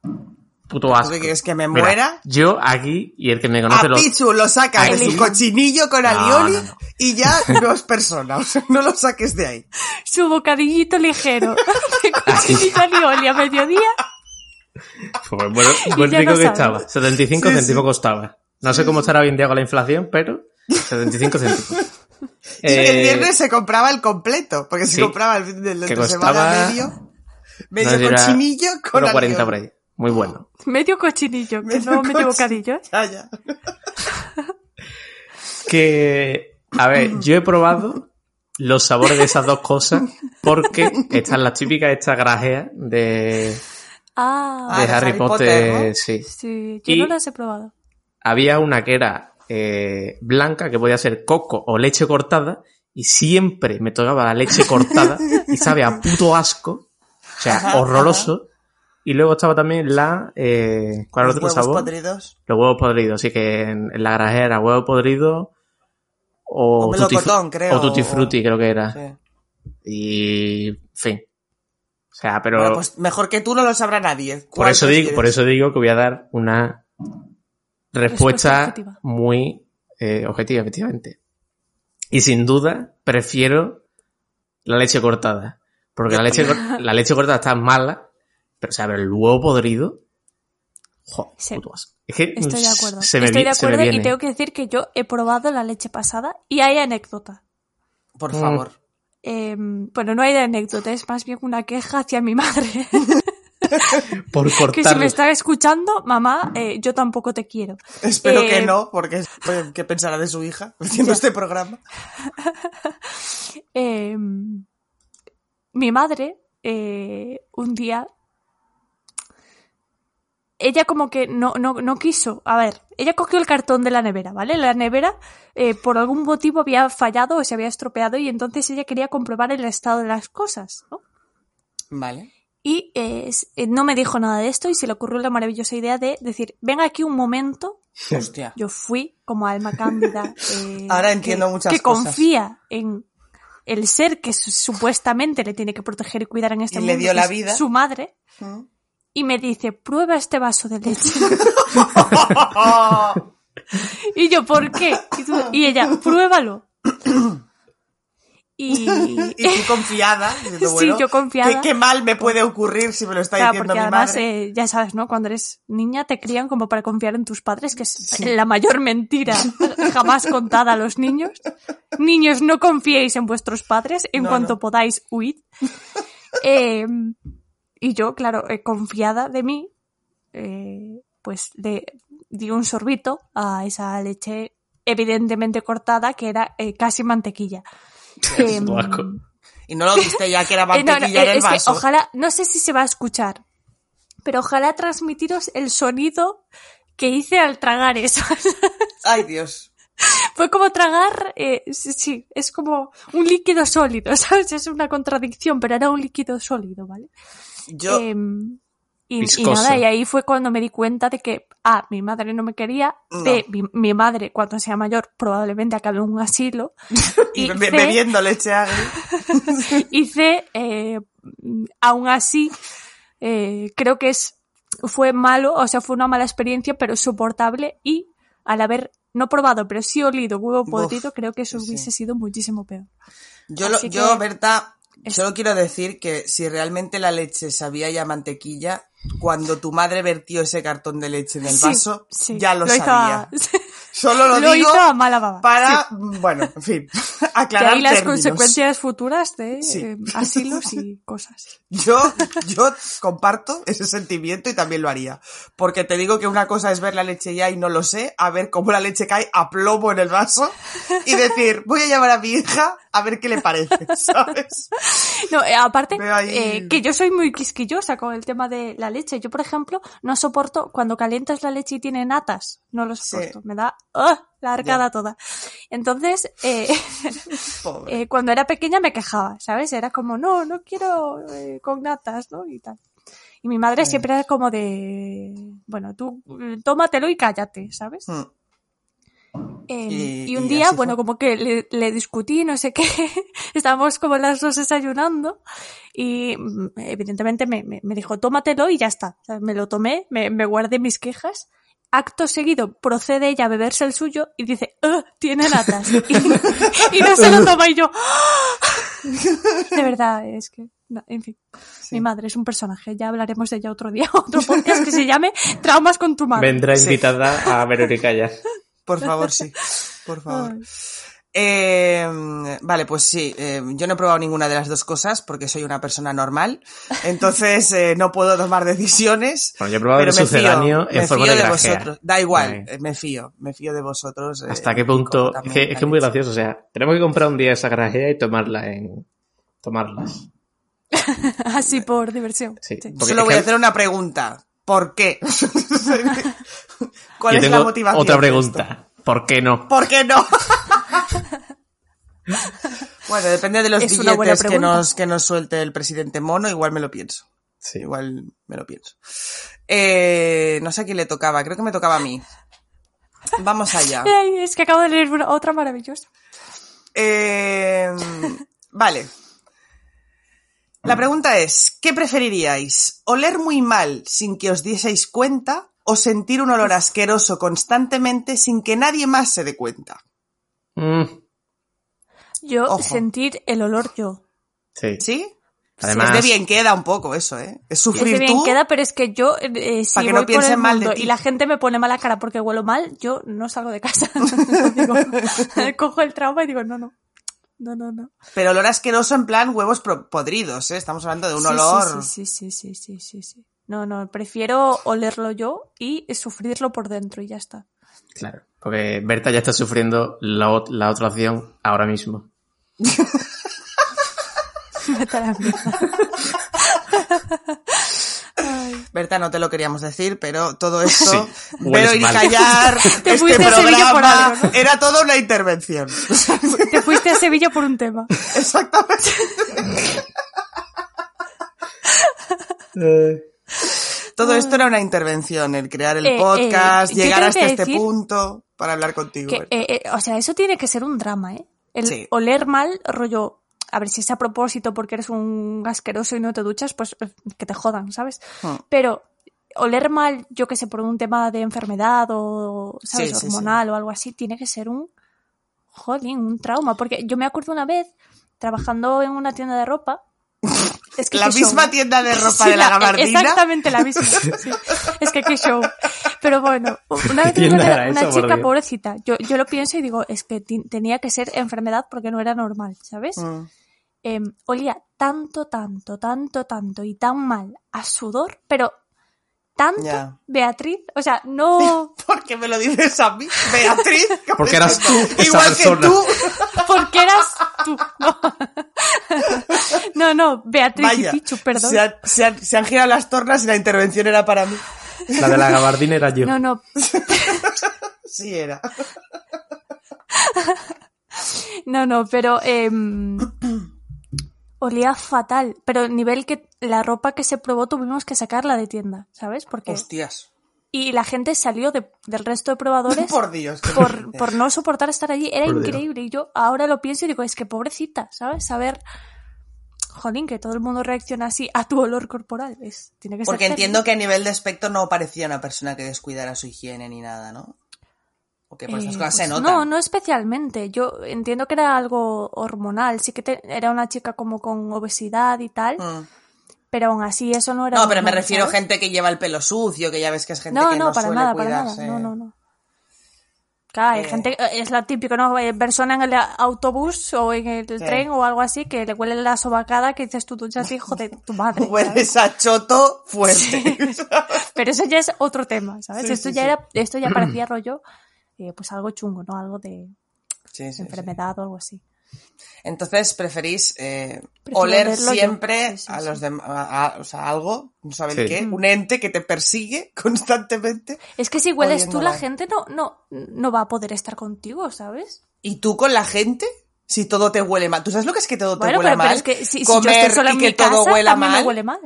Puto asco.
¿Tú qué quieres, que me
Mira,
muera? Ah,
Yo aquí, y el que me conoce
A
lo...
Pichu lo sacas de su
Elijo.
cochinillo con
No,
alioli
no, no.
y ya no es persona. (laughs) O sea, no lo saques de ahí.
Su bocadillito
(laughs)
ligero (laughs) de cochinito alioli a mediodía.
(laughs)
(laughs)
Pues bueno, buen
ya
rico
no
que
sabe.
estaba. 75
Sí, sí.
céntimos costaba. No sé cómo estará hoy en día con la inflación, pero 75 céntimos.
(laughs) Y el
Eh,
viernes se compraba el completo, porque se
sí.
compraba el fin de la
Que
otra semana
costaba-
medio. Medio
sé, era
cochinillo con
1,40 por
alioli.
ahí. Muy bueno.
Medio cochinillo, que
Medio
no medio
cochin-
bocadillo. ¿eh?
Ya, ya.
Que, a
(laughs)
ver, yo he probado los sabores de esas dos cosas
(laughs)
porque están las típicas, esta grajea de,
Ah,
Ah,
de
de
Harry
Harry
Potter,
Potter, ¿no?
sí.
sí, yo
y-
no las he probado.
Había una que era eh, blanca, que podía ser coco o leche cortada, y siempre me tocaba
(laughs)
la leche cortada, y sabe a puto asco, o sea,
Ajá,
horroroso. Y luego estaba también la... Eh, ¿Cuál era
Los
el otro
huevos
sabor?
podridos.
Los huevos podridos, sí que en, en la grajera era huevo podrido
O
o, tutti fru-
melocotón, creo,
o tutti
o-
frutti, creo que era.
Sí.
Y... en fin. O sea, pero...
Bueno, pues mejor que tú no lo sabrá nadie.
por,
¿Cuál
eso digo,
prefieres?
por eso digo que voy a dar una
Respuesta
respuesta,
objetiva.
muy eh, objetiva, efectivamente. Y sin duda, prefiero la leche cortada. Porque la
(laughs)
leche, cor- la leche cortada está mala, pero, o sea, pero el huevo podrido... jo,
Sí.
puto asco. Es que
Estoy de acuerdo.
se me,
Estoy
vi-
de
se me
acuerdo y
viene.
tengo que decir que yo he probado la leche pasada y hay anécdota.
Por favor.
Mm.
Eh, bueno, no hay anécdota, es más bien una queja hacia mi madre.
Por
(laughs) que si me
cortarla.
está escuchando, mamá, eh, yo tampoco te quiero.
Espero
Eh,
que no, porque oye, ¿qué pensará de su hija haciendo
Ya.
este programa?
Eh, mi madre, eh, un día, ella como que no, no, no quiso. A ver, ella cogió el cartón de la nevera, ¿vale? La nevera eh, por algún motivo había fallado o se había estropeado y entonces ella quería comprobar el estado de las cosas, ¿no?
Vale.
Y eh, s- eh, no me dijo nada de esto y se le ocurrió la maravillosa idea de decir, ven aquí un momento.
Hostia.
Yo fui como alma
(laughs)
cándida. eh,
Ahora entiendo
que-
muchas
Que
cosas.
confía en el ser que su- supuestamente le tiene que proteger y cuidar en este
Y le
mundo.
dio
que
la
es
vida.
Su madre.
Mm. (laughs)
Y me dice, prueba este vaso de leche. (laughs) Y yo, ¿por qué? Y, tú- y ella,
(coughs)
pruébalo. Y, (laughs)
y tú confiada. Diciendo,
Sí,
bueno,
yo confiada.
¿qué, qué mal me puede ocurrir si me lo está
claro,
diciendo
porque
mi
además,
madre.
eh, ya sabes, ¿no? Cuando eres niña te crían como para confiar en tus padres, que es
Sí.
la mayor mentira jamás contada a los niños. Niños, no confiéis en vuestros padres, en
No,
cuanto
no.
podáis, huid. Eh, y yo, claro, eh, confiada de mí, eh, pues le di un sorbito a esa leche evidentemente cortada que era eh, casi mantequilla. Em,
Buah, co-
Y no lo viste ya que
(laughs)
era
eh, no, no,
mantequilla en
eh,
el
es que
vaso.
ojalá, no sé si se va a escuchar, pero ojalá transmitiros el sonido que hice al tragar eso. (laughs)
Ay, Dios.
Fue como tragar, eh, sí, sí, es como un líquido sólido, (laughs) ¿sabes? Es una contradicción, pero era un líquido sólido, ¿vale?
Yo,
Em, y, y
Viscoso.
nada, y ahí fue cuando me di cuenta de que, ah, mi madre no me quería,
No.
B, mi, mi madre cuando sea mayor probablemente acabe en un asilo,
(laughs) y
y
be-
C,
bebiendo leche agria.
y C, eh, aún así, eh, creo que es, fue malo, o sea, fue una mala experiencia, pero soportable y al haber no probado, pero sí olido huevo podrido, creo que eso
sí, sí.
hubiese sido muchísimo peor.
Yo, lo-
Así que-
yo Berta,
es-
solo quiero decir que si realmente la leche sabía ya mantequilla, cuando tu madre vertió ese cartón de leche en el
Sí,
vaso,
sí,
ya lo,
hizo
sabía.
a- (laughs)
Solo lo,
lo
digo
hizo a mala baba. sí.
para, bueno, en fin, (laughs)
Que
aclarar
ahí las
términos.
consecuencias futuras de
Sí.
eh, asilos y cosas.
Yo, yo comparto ese sentimiento y también lo haría. Porque te digo que una cosa es ver la leche ya y no lo sé, a ver cómo la leche cae a plomo en el vaso y decir, voy a llamar a mi hija a ver qué le parece, (laughs) ¿sabes?
No, eh, aparte,
Veo ahí-
eh, que yo soy muy quisquillosa con el tema de la leche. Yo, por ejemplo, no soporto cuando calientas la leche y tiene natas. No lo soporto. Me da ¡ah! la arcada toda. Entonces,
(laughs)
eh,
Pobre.
eh, cuando era pequeña me quejaba, ¿sabes? Era como, no, no quiero eh, con natas, ¿no? Y tal. Y mi madre siempre era como de, bueno, tú eh, tómatelo y cállate, ¿sabes?
Mm.
Eh,
Y-
y, un
y
día,
así
bueno,
fue.
como que le, le discutí, no sé qué, (laughs) estábamos como las dos desayunando y mm, evidentemente me, me- me dijo, tómatelo y ya está. O sea, me lo tomé, me, me guardé mis quejas. Acto seguido procede ella a beberse el suyo y dice, "Ugh, tiene latas.
(laughs)
Y, y no se lo toma y yo, ¡ah! (laughs) de verdad, es que, no, en fin, mi madre es un personaje, ya hablaremos de ella otro día, (laughs) otro podcast que se llame Traumas con tu madre.
Vendrá
Sí.
(laughs)
invitada a Verónica ya.
Por favor, sí. Por favor.
Ay.
Eh, vale, pues sí. eh, yo no he probado ninguna de las dos cosas porque soy una persona normal. Entonces eh, no puedo tomar decisiones.
Bueno, yo he probado el
me
sucedáneo en
me
forma
fío
de grajea.
vosotros. Da igual,
Vale.
eh, me fío. Me fío de vosotros. eh,
¿Hasta qué
y cojo
punto? Es
también
que, es
la
que es muy
leche.
gracioso. O sea, tenemos que comprar un día esa grajea y tomarla en. Tomarlas.
Así por diversión.
Sí.
sí.
Porque
Solo
es
voy
que
a hacer una pregunta. ¿Por
(laughs)
qué? ¿Cuál
yo
es
tengo
la motivación?
Otra
de esto?
pregunta. ¿Por qué no?
¿Por qué no? (laughs) bueno, depende de los
Es una buena
billetes que
pregunta.
nos, que nos suelte el presidente mono, igual me lo pienso.
Sí.
Igual me lo pienso. Eh, no sé a quién le tocaba, creo que me tocaba a mí.
(laughs)
Vamos allá.
Ay, es que acabo de leer una- otra maravillosa.
Eh, vale. La pregunta es, ¿qué preferiríais? ¿Oler muy mal sin que os dieseis cuenta o sentir un olor asqueroso constantemente sin que nadie más se dé cuenta?
Mm,
Yo
Ojo.
sentir el olor yo.
sí.
¿Sí?
Además,
es de bien queda un poco eso, ¿eh?
Es
Es sufrir
de bien
tú.
queda, pero es que yo, eh, eh, si
Para que no
voy por el
piensen mal de
mundo
ti.
y la gente me pone mala cara porque huelo mal, yo no salgo de casa. (laughs) Digo, cojo el trauma y digo, no, no. No, no, no.
Pero olor asqueroso en plan huevos pro- podridos, ¿eh? Estamos hablando de un
Sí, sí,
olor.
Sí, sí, sí, sí, sí, sí. No, no, prefiero olerlo yo y sufrirlo por dentro y ya está. (laughs)
claro. Porque Berta ya está sufriendo la, ot- la otra opción ahora mismo.
Vete a la mierda.
Berta, no te lo queríamos decir, pero todo esto,
Sí, hueles
pero ir
mal.
callar,
(laughs) Te
este
fuiste a Sevilla por
programa,
algo, ¿no?
era toda una intervención.
Te fuiste a Sevilla por un tema.
Exactamente. Todo esto era una intervención, el crear el
Ah. Eh, eh,
podcast,
yo
llegar
tengo
hasta
que
este
decir
punto para hablar contigo.
Que,
Berta.
eh, eh, o sea, eso tiene que ser un drama, ¿eh? El
Sí.
oler mal, rollo, a ver si es a propósito porque eres un asqueroso y no te duchas, pues eh, que te jodan, ¿sabes?
Hmm.
Pero oler mal, yo que sé, por un tema de enfermedad o, ¿sabes?
Sí, sí, sí.
Hormonal o algo así, tiene que ser un, jolín, un trauma. Porque yo me acuerdo una vez, trabajando en una tienda de
(laughs)
ropa, es que
la
qué
misma
show.
tienda de ropa
(laughs) Sí,
de
la-
la
eh,
gabardina.
Exactamente la
(laughs)
misma. sí. Es que qué show. Pero bueno, una vez
¿Qué tienda
una,
era
una
esa, por
chica
Dios?
pobrecita, yo, yo lo pienso y digo, es que ti- tenía que ser enfermedad porque no era normal, ¿sabes?
Mm.
Eh, olía tanto, tanto, tanto, tanto y tan mal a sudor, pero tanto,
Ya. (laughs)
Beatriz, o sea, no, (laughs)
¿Por qué me lo dices a mí, Beatriz?
Porque eras tú, esa
Igual que
persona.
tú.
porque eras tú. (laughs) No, no, no, Beatriz
Vaya,
y Pichu, perdón.
Se, han, se han- se han girado las tornas y la intervención era para mí. (laughs)
La de la gabardina era yo.
No, no,
Sí, era.
No, no, pero eh, olía fatal. Pero nivel que la ropa que se probó tuvimos que sacarla de tienda, ¿sabes? Porque
Hostias.
y la gente salió de- del resto de probadores por,
(laughs) Por Dios. qué
por,
fuerte.
no soportar estar allí. Era
Por Dios.
increíble. Y yo ahora lo pienso y digo, es que pobrecita, ¿sabes? Saber, jolín, que todo el mundo reacciona así a tu olor corporal. Es, tiene que ser
Porque
terrible.
entiendo que a nivel de aspecto no parecía una persona que descuidara su higiene ni nada, ¿no? O que por estas
Eh,
cosas se
pues
notan.
No, no especialmente. Yo entiendo que era algo hormonal. Sí que te- era una chica como con obesidad y tal.
Mm.
Pero aún así eso no era.
No, pero me
normal,
refiero a
¿sabes?
gente que lleva el pelo sucio, que ya ves que es gente
no,
que
no,
no,
para
suele
nada,
cuidarse.
para nada. No, no, no. Claro, hay
Eh.
gente, es la típica, ¿no? Eh, Persona en el autobús o en el tren o algo así que le huele la sobacada que dices tú, tú ya hijo de tu madre. ¿sabes?
(laughs) Hueles a choto fuerte.
Pero eso ya es otro tema, ¿sabes?
Sí,
esto,
sí,
ya
sí.
Era, esto ya
(clears throat)
parecía rollo, eh, pues algo chungo, ¿no? Algo de
(laughs) Sí, sí, sí.
enfermedad o algo así.
Entonces preferís eh,
Prefiero
oler
olerlo yo.
siempre
Sí, sí,
a
sí. Mm.
los dem- a- a- o sea, algo, no saben
Sí.
qué, un ente que te persigue (laughs) constantemente
Es que si hueles tú,
Oliéndola.
la gente no, no, no va a poder estar contigo, ¿sabes?
y tú con la gente. Si todo te huele mal. ¿Tú sabes lo que es que todo te
Bueno,
huela
pero, pero
mal?
es que si, si yo
Comer
estoy sola
y
en
que
mi
todo
casa,
huela
también me
mal.
huele mal.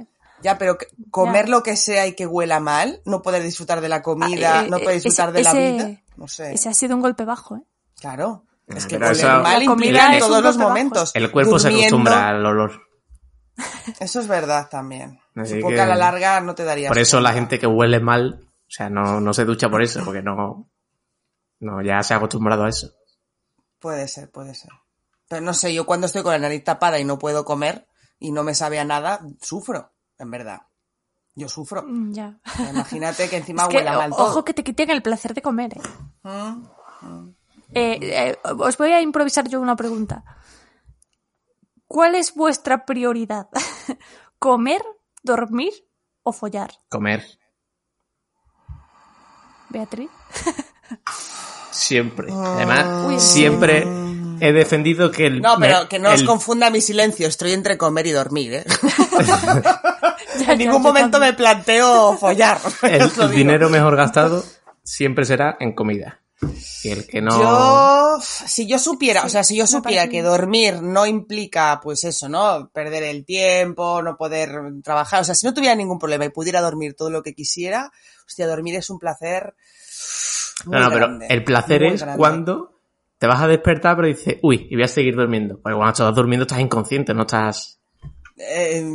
Ya, pero que- comer lo que sea y que huela mal, no poder disfrutar de la comida,
Ah, eh,
no poder
eh,
disfrutar
ese-
de la
ese-
vida. No sé.
Ese ha sido un golpe bajo, ¿eh?
Claro. Es que
Pero
huele
eso-
mal
La comida
implica en
es un
todos los
golpe bajo.
momentos.
El cuerpo se
Durmiendo,
acostumbra al olor.
Eso es verdad también.
Así
Supongo que...
que-
a la larga no te darías.
Por eso la
cuenta.
gente que huele mal, o sea, no, no se ducha por eso, porque no, no ya se ha acostumbrado a eso.
Puede ser, puede ser. Pero no sé, yo cuando estoy con la nariz tapada y no puedo comer y no me sabe a nada, sufro, en verdad. Yo sufro.
Mm, Ya.
Imagínate que encima
(laughs) Es que,
huela mal
o-
todo.
ojo que te quiten el placer de comer. ¿eh?
Mm.
Eh, eh, os voy a improvisar yo una pregunta. ¿Cuál es vuestra prioridad? (laughs) ¿Comer, dormir o follar?
Comer,
Beatriz.
siempre. Además,
Uy.
siempre he defendido que el...
Ah. No, pero que no os
el-
confunda mi silencio, estoy entre comer y
(laughs)
dormir, ¿eh?
Ya,
(laughs) en
ya,
ningún
yo
momento
también.
me planteo follar. (laughs)
el,
os lo
el
digo.
dinero mejor gastado siempre será en comida. Y el que no...
Yo, si yo supiera, o sea, si yo
me
supiera
parece
que
bien.
dormir no implica, pues eso, ¿no? Perder el tiempo, no poder trabajar, o sea, si no tuviera ningún problema y pudiera dormir todo lo que quisiera, hostia, dormir es un placer. muy
No, no, pero
grande,
el placer
muy
es
grande.
cuando te vas a despertar pero dices, uy, y voy a seguir durmiendo. Porque cuando estás durmiendo estás inconsciente, no estás...
Eh,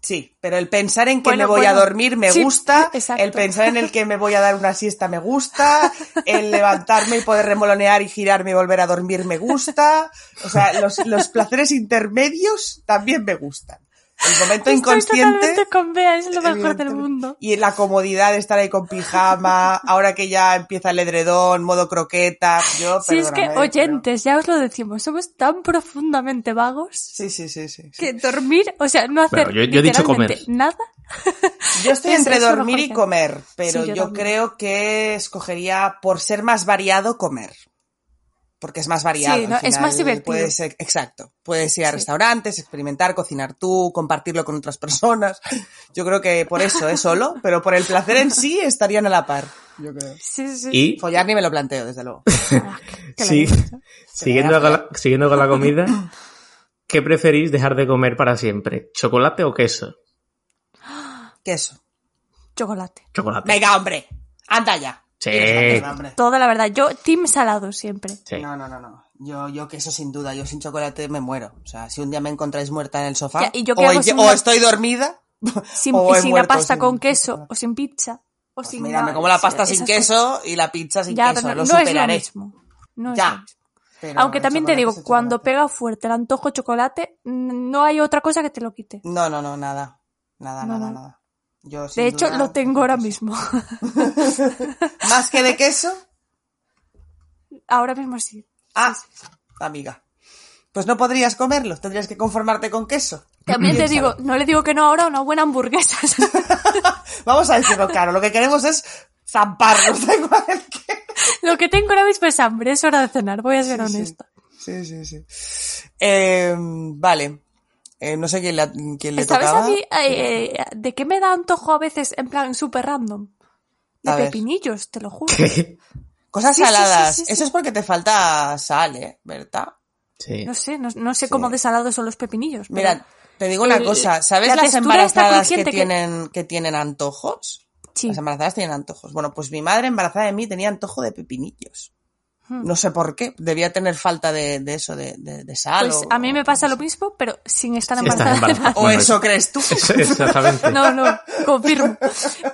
sí, pero el pensar en que
Bueno,
me voy a
bueno.
dormir me
Sí,
gusta,
exacto.
el pensar en el que me voy a dar una siesta me gusta, el levantarme y poder remolonear y girarme y volver a dormir me gusta, o sea, los, los placeres intermedios también me gustan. El momento
Estoy
inconsciente
totalmente con Bea, es lo mejor del
evidentemente.
mundo.
y la comodidad de estar ahí con pijama, ahora que ya empieza el edredón, modo croqueta, yo
Si es que,
perdóname, pero-
oyentes, ya os lo decimos, somos tan profundamente vagos
Sí, sí, sí, sí. sí.
que dormir, o sea, no hacer
Bueno, yo- yo he dicho comer.
literalmente nada
Yo estoy
Es-
entre
es lo
dormir
mejor
y
que hay.
comer, pero
Sí, yo
yo
también.
creo que escogería, por ser más variado, comer. porque es más variado.
Sí,
al
no, es
final.
más divertido.
Puedes, eh, exacto. Puedes ir a
Sí.
restaurantes, experimentar, cocinar tú, compartirlo con otras personas. Yo creo que por eso, ¿eh? Solo, pero por el placer en sí estarían a la par. Yo creo.
Sí, sí.
Y
Follar ni me lo planteo, desde luego.
Ah, que la
Sí.
digas, ¿eh?
(laughs) siguiendo con, la, siguiendo con
(laughs)
la comida, ¿qué preferís dejar de comer para siempre? ¿Chocolate o queso?
Queso.
Chocolate.
Chocolate.
Venga, hombre. Anda ya.
Sí.
Tienes la mierda, hombre.
Toda la verdad. Yo, team salado siempre.
Sí.
No, no, no, no. Yo, yo queso sin duda. Yo sin chocolate me muero. O sea, si un día me encontráis muerta en el sofá,
Ya, ¿y yo qué
o,
hago
ll-
sin
o
una-
estoy dormida,
Sin,
O
y
he
sin la
muerto
pasta
sin-
con queso, o sin pizza, o
pues
sin
mira,
nada,
me como la pasta
esas
sin
cosas.
queso y la pizza sin
Ya,
queso.
pero no,
lo
no es lo
superaré.
mismo. No es
Ya.
lo mismo.
Pero
Aunque
el
también te
chocolate
digo,
es el
cuando
chocolate.
pega fuerte el antojo chocolate, mm, no hay otra cosa que te lo quite.
No, no, no, nada. Nada,
No,
nada,
no.
nada. Yo, sin
De hecho,
duda,
lo tengo ahora mismo. (laughs)
¿Más que de queso?
ahora mismo sí.
Ah, amiga. Pues no podrías comerlo, tendrías que conformarte con queso.
También te
Piénsalo.
digo, no le digo que no ahora a una buena hamburguesa. (laughs)
Vamos a decirlo claro, lo que queremos es zamparnos, (laughs) da igual el que.
lo que tengo ahora mismo es hambre, es hora de cenar, voy a ser
Sí, sí.
honesta.
Sí, sí, sí. Eh, vale. Eh, no sé quién, la- quién le
¿Sabes
tocaba.
a mí eh, eh, de qué me da antojo a veces en plan super random? De
A ver.
pepinillos, te lo juro.
(laughs)
Cosas
Sí, sí, sí,
saladas.
sí, sí.
Eso es porque te falta sal, ¿eh? ¿Verdad?
Sí.
No sé, no, no sé cómo desalados son los pepinillos. pero-
Mira, te digo una
el-
cosa. ¿Sabes
la
las
textura está
embarazadas que,
crujiente que-
tienen, que tienen antojos?
Sí.
Las embarazadas tienen antojos. Bueno, pues mi madre embarazada de mí tenía antojo de pepinillos.
Hmm.
No sé por qué. Debía tener falta de, de eso, de, de- de sal.
Pues
o-
a mí me pasa lo mismo, pero sin estar
Sí, estás
embarazada. (laughs)
embarazada.
O
Bueno,
eso crees tú.
Eso- (laughs) Exactamente.
No, no, confirmo.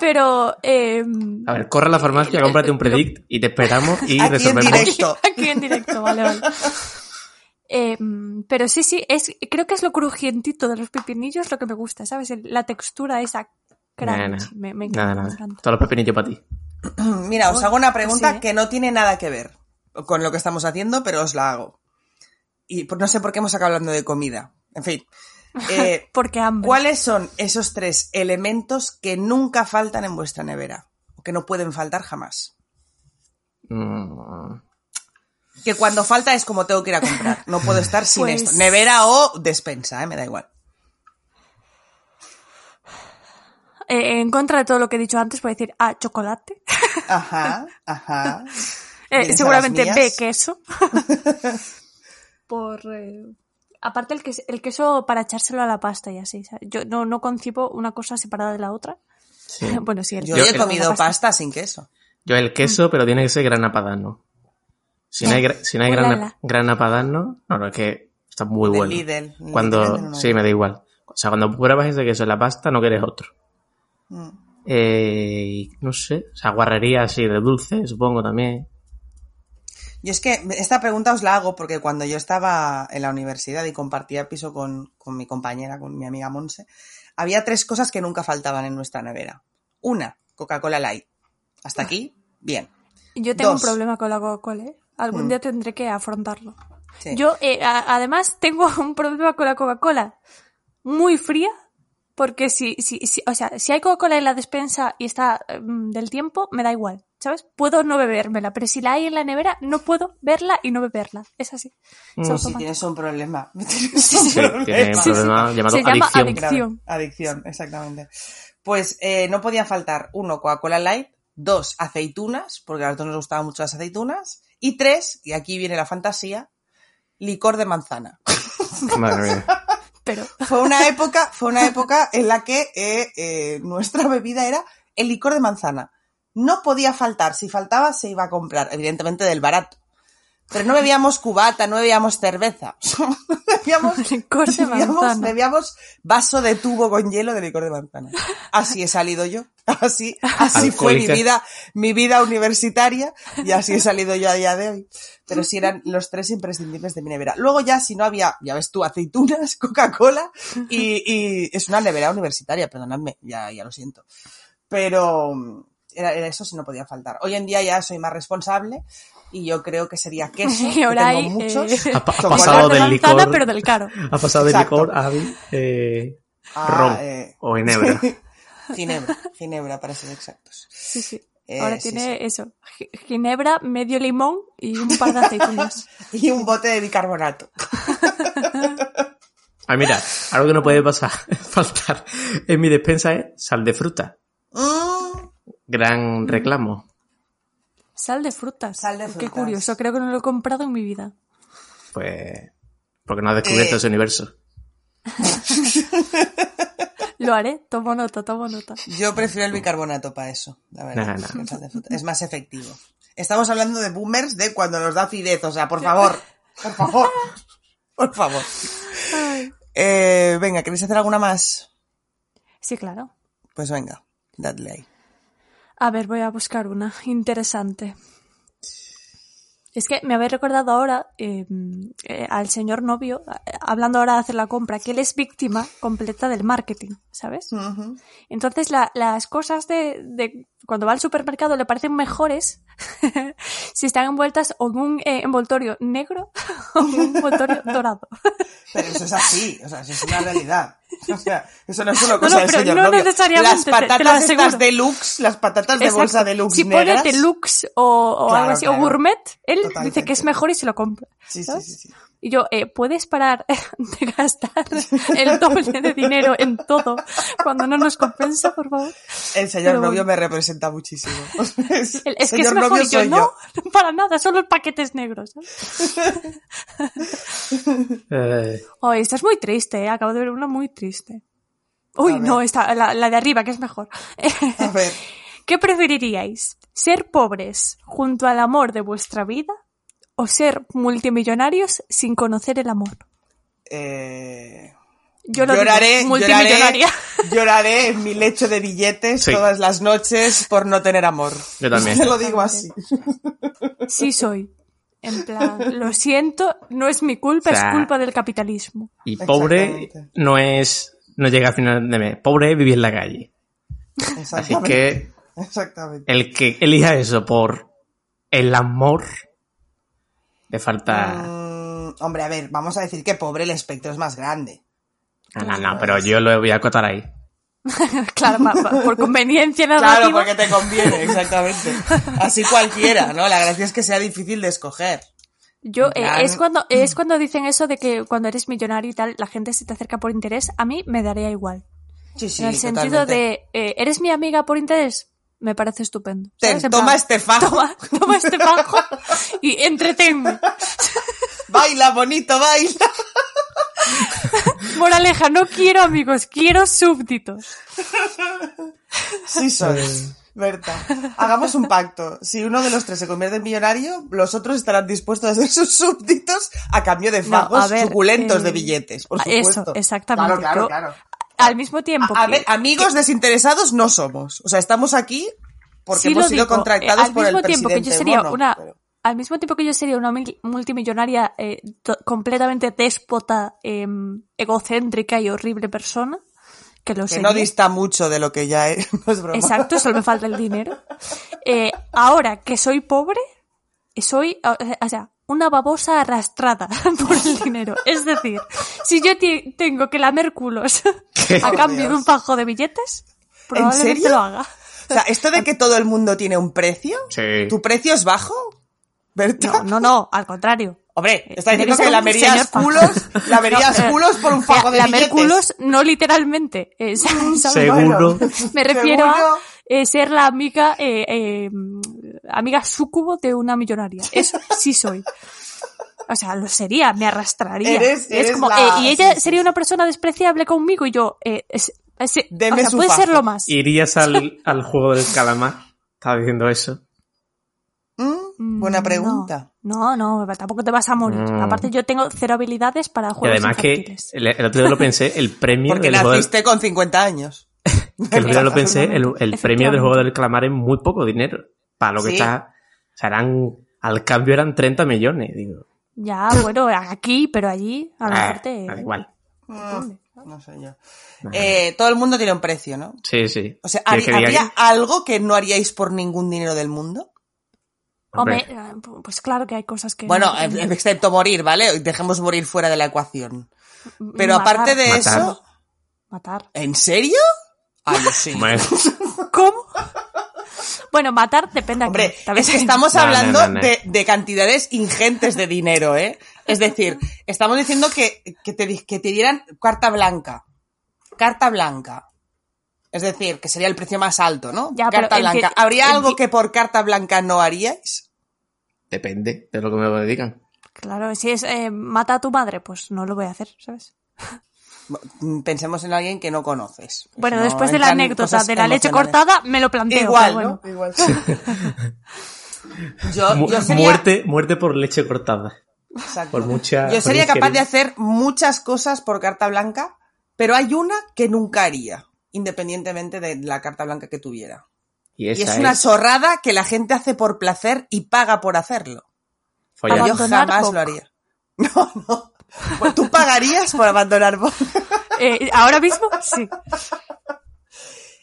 Pero eh,
A ver, corre a la farmacia,
(laughs)
cómprate un predict y te esperamos y
Aquí en
resolvemos.
directo.
(laughs) aquí en directo, vale, vale. Eh, pero sí, sí, es, creo que es lo crujientito de los pepinillos lo que me gusta, ¿sabes? El- La textura esa
Nada,
crunchy, me, me encanta.
nada, nada.
me encanta.
Todos los pepinillos para ti.
Mira, os hago una pregunta
sí, ¿eh?
que no tiene nada que ver con lo que estamos haciendo, pero os la hago. Y pues, no sé por qué hemos acabado hablando de comida. En fin. Eh,
Porque hambre.
¿Cuáles son esos tres elementos que nunca faltan en vuestra nevera? O que no pueden faltar jamás.
Mm,
Que cuando falta es como tengo que ir a comprar. No puedo estar sin
Pues-
esto. Nevera o despensa, ¿eh? me da igual.
Eh, en contra de todo lo que he dicho antes, voy a decir A, chocolate.
Ajá, (laughs) ajá.
Eh,
¿Vienes a
seguramente
las
B,
mías? (laughs)
queso. Por. eh, Aparte, el, ques- el queso para echárselo a la pasta y así. ¿sabes? Yo no, no concibo una cosa separada de la otra.
sí.
(laughs) Bueno, sí, el
Yo,
Yo- eh,
he
queso,
comido
la
pasta. sin queso.
Yo el queso, pero tiene que ser grana padano. Si no hay, gra- si no
Pues
hay grana,
Ulala.
grana padano, no, no, es que está muy
Del
bueno.
Lidl. Lidl tienen
Cuando,
uno
sí, me da igual. O sea, cuando pruebas ese queso en la pasta, no quieres otro.
ahí. Mm.
Eh, y no sé, o sea, guarrería así de dulce, supongo también.
Yo es que esta pregunta os la hago porque cuando yo estaba en la universidad y compartía piso con, con mi compañera, con mi amiga Monse, había tres cosas que nunca faltaban en nuestra nevera. Una, Coca-Cola Light. Hasta aquí, bien.
Yo tengo
Dos.
un problema con la Coca-Cola. ¿eh? Algún
Mm.
día tendré que afrontarlo.
Sí.
Yo, eh, a- además, tengo (laughs) un problema con la Coca-Cola muy fría. Porque si, si, si- o sea, si hay Coca-Cola en la despensa y está eh, mm, del tiempo, me da igual, ¿sabes? Puedo no bebérmela, pero si la hay en la nevera, no puedo verla y no beberla. Es así. Es
Mm.
Si
automático.
tienes un problema. (laughs) Tienes un
Sí, tiene
problema.
un
Sí, sí.
problema llamado
Se llama
adicción.
adicción.
Grave. Adicción, exactamente. Pues eh, no podía faltar, uno, Coca-Cola Light, dos, aceitunas, porque a los dos nos gustaban mucho las aceitunas, y tres, y aquí viene la fantasía, licor de manzana.
Madre
(laughs)
mía.
Pero
Fue una época, fue una época en la que eh, eh, nuestra bebida era el licor de manzana. No podía faltar, si faltaba se iba a comprar, evidentemente del barato. Pero no bebíamos cubata, no bebíamos cerveza. (laughs) bebíamos,
licor de
bebíamos,
(laughs) manzana.
bebíamos vaso de tubo con hielo de licor de manzana. Así he salido yo. Así, así fue mi
Alcohólica.
vida, mi vida universitaria y así he salido yo a día de hoy. Pero sí eran los tres imprescindibles de mi nevera. Luego ya, si no había, ya ves tú, aceitunas, (laughs) Coca-Cola y, y es una nevera universitaria, perdonadme, ya, ya lo siento. Pero mm, era, era eso si no podía faltar. Hoy en día ya soy más responsable y yo creo que sería queso,
(laughs) Y ahora
que
hay
tengo
(laughs)
muchos.
eh,
Ha, pa- ha
Chocolate
pasado
licor de
del
manzana,
licor,
pero del caro.
(laughs) ha pasado del
Exacto.
licor a eh,
Ah,
ron
eh,
o enebra.
Ginebra, Ginebra, para ser exactos.
Sí, sí.
(laughs) Eh,
Ahora
sí,
tiene eso, gi- ginebra, medio limón y un par de
(laughs)
aceitunas. (laughs)
sí. Y un bote de bicarbonato.
Ah, mira, algo que no puede pasar, (laughs) faltar en mi despensa es sal de fruta.
Mm,
Gran reclamo.
Sal de frutas.
Sal de
Qué
frutas.
curioso, creo que no lo he comprado en mi vida.
Pues, porque no has descubierto
Eh.
ese universo.
Lo haré, tomo nota, tomo nota.
Yo prefiero el bicarbonato para eso, la verdad.
Nah, nah.
El sal de fruta. Es más efectivo. Estamos hablando de boomers de cuando nos da acidez, o sea, por favor. Por favor. Por favor.
Ay.
Eh, venga, ¿queréis hacer alguna más?
Sí, claro.
Pues venga, dadle ahí.
A ver, voy a buscar una interesante. Es que me habéis recordado ahora eh, eh, al señor novio, a- hablando ahora de hacer la compra, que él es víctima completa del marketing, ¿sabes?
Ujú.
Entonces la- las cosas de, de cuando va al supermercado le parecen mejores (laughs) si están envueltas o en un eh, envoltorio negro (laughs) o en un envoltorio dorado.
Pero eso es así, o sea, eso es una realidad. O sea, eso no es solo
No,
cosa
no,
del
pero
señor
no
novio.
necesariamente,
Las
te- te lo
patatas
aseguro.
estas deluxe, las patatas de
Exacto.
bolsa deluxe
si
negras.
pone deluxe o, o
Claro,
algo así,
claro.
o gourmet, él dice
Totalmente.
que es mejor y se lo compra.
Sí, sí,
¿sabes?
sí, sí.
Y yo, eh, ¿puedes parar (laughs) de gastar el doble de dinero en todo cuando no nos compensa, por favor?
El señor
Pero
novio
bueno.
me representa muchísimo. (laughs) Es,
El- es que es
señor
mejor
novio
y yo,
soy
no, no, (laughs) para nada, solo paquetes negros. ¿sabes?
Eh,
Oh, esta es muy triste, ¿eh? acabo de ver una muy triste. Uy,
A
no,
ver.
esta, la, la de arriba, que es mejor.
A ver,
¿Qué preferiríais? ¿Ser pobres junto al amor de vuestra vida o ser multimillonarios sin conocer el amor?
eh,
Yo lo
lloraré,
digo,
lloraré,
multimillonaria.
lloraré en mi lecho de billetes
Sí.
todas las noches por no tener amor.
Yo
(laughs)
también.
Te lo digo así.
Sí soy. En plan, lo siento, no es mi culpa,
O sea,
es culpa del capitalismo. (laughs)
y pobre
Exactamente.
no es, no llega a final de mes. Pobre es vivir en la calle. Así
Exactamente.
que
Exactamente.
el que elija eso por el amor, le falta.
Mm, hombre, a ver, vamos a decir que pobre el espectro es más grande.
Ah, No, no, no, pero yo lo voy a acotar ahí.
Claro, pa- pa- por conveniencia
Claro,
narrativa.
porque te conviene, exactamente. Así cualquiera, ¿no? La gracia es que sea difícil de escoger.
Yo, eh,
Claro.
es, cuando, es cuando dicen eso de que cuando eres millonario y tal, la gente se te acerca por interés. A mí me daría igual.
Sí, sí,
en el sentido
totalmente.
de, eh, ¿eres mi amiga por interés? Me parece estupendo. ¿sabes?
Ten,
En
toma
plan,
este fajo,
toma, toma este bajo y entretenme.
baila bonito, baila.
Moraleja, no quiero amigos, quiero súbditos.
Sí, soy. Berta, hagamos un pacto. Si uno de los tres se convierte en millonario, los otros estarán dispuestos a ser sus súbditos a cambio de
No, a
fagos
ver,
suculentos
eh,
de billetes, por
a-
supuesto.
eso, exactamente.
Claro, claro,
Yo- Eh,
claro.
Al mismo tiempo.
A- a
que-
ver, amigos desinteresados no somos. O sea, estamos aquí porque
Sí
hemos
lo
sido
digo,
contratados
eh, al
por
mismo
el
tiempo que yo
presidente
sería
Bono,
una
pero-
al mismo tiempo que yo sería una mil- multimillonaria eh, to- completamente déspota eh, egocéntrica y horrible persona que lo
Que
sé
no dista mucho de lo que ya es. (laughs) No es broma.
exacto solo me falta el dinero Eh, ahora que soy pobre soy o o sea una babosa arrastrada (laughs) por el dinero es decir si yo ti- tengo que lamer
(laughs)
culos a
Por
cambio de
Dios.
un fajo de billetes probablemente
serio?
lo haga
O sea, esto de que todo el mundo tiene un precio,
Sí.
¿tu precio es bajo? Berta.
no no no al contrario
Hombre, está
Eh,
diciendo
debe
que
ser un señor
lamerías
fajo.
(laughs) culos, lamerías
No, eh,
culos por un fajo de
la
billetes.
Merculos no literalmente, eh,
(laughs)
¿sabes?
Seguro.
Me refiero
Seguro.
a eh, ser la amiga, eh, eh, mm, amiga súcubo de una millonaria. Eso sí soy. O sea, lo sería, me arrastraría.
Eres-
Es
eres
como,
la-
eh, y ella
sí, sí,
sería
sí.
una persona despreciable conmigo y yo, eh, es- es-
Deme
o sea,
su
puede
fajo.
serlo más.
(laughs)
¿Irías al, al juego del calamar? Estaba diciendo eso.
Mm,
Mm,
Buena
no.
pregunta.
No, no, tampoco te vas a morir.
Mm.
Aparte, yo tengo cero habilidades para
Y
juegos
además que
infantiles.
el, el otro día lo pensé, el premio
Porque
del juego del,
naciste con 50 años.
que el otro día lo pensé, el, el
Efectivamente.
premio del juego del calamar es muy poco dinero. Para lo que
Sí.
está. O sea, eran, al cambio eran 30 millones, digo.
Ya, bueno, aquí, pero allí, a eh, lo
Ah,
mejor te.
da igual.
Mm, No sé yo. Eh, todo el mundo tiene un precio, ¿no?
Sí, sí.
O sea,
¿Quieres que
¿habría
diga
habría algo que no haríais por ningún dinero del mundo?
que- hombre,
Hombre, eh, pues claro que hay cosas que.
Bueno,
no-
eh, excepto morir, ¿vale? Dejemos morir fuera de la ecuación. Pero
eh, matar,
aparte de
Matar.
eso,
Matar.
¿en serio? Ay, sí.
hombre,
¿Cómo? Bueno, matar depende a
Hombre,
quién, también
es que
te-
estamos
No, no,
hablando
no, no.
De, de cantidades ingentes de dinero, ¿eh? Es decir, estamos diciendo que, que, te, di- que te dieran carta blanca. Carta blanca. Es decir, que sería el precio más alto, ¿no?
Ya, pero
carta
el que-
blanca. ¿Habría
el
algo
di-
que por carta blanca no haríais?
(laughs) Depende de lo que me dedican.
Claro, si es eh, mata a tu madre, pues no lo voy a hacer, ¿sabes?
Mm, Pensemos en alguien que no conoces.
Bueno,
Pues No
después de la
entran
anécdota
cosas
de la leche
emocionales.
cortada, me lo planteo.
Igual,
pero bueno.
¿no? Igual.
(laughs)
yo,
Mu-
yo sería,
muerte, muerte por leche cortada.
Exacto.
por mucha-
yo sería
por
capaz de
ingerir.
hacer muchas cosas por carta blanca, pero hay una que nunca haría, independientemente de la carta blanca que tuviera.
Y
Y
esa
es
es,
una chorrada que la gente hace por placer y paga por hacerlo.
follar.
Yo
Abandonar
jamás
Vogue.
lo haría. (laughs) No, no. Pues tú pagarías por abandonar Vogue.
Eh, Ahora mismo, sí.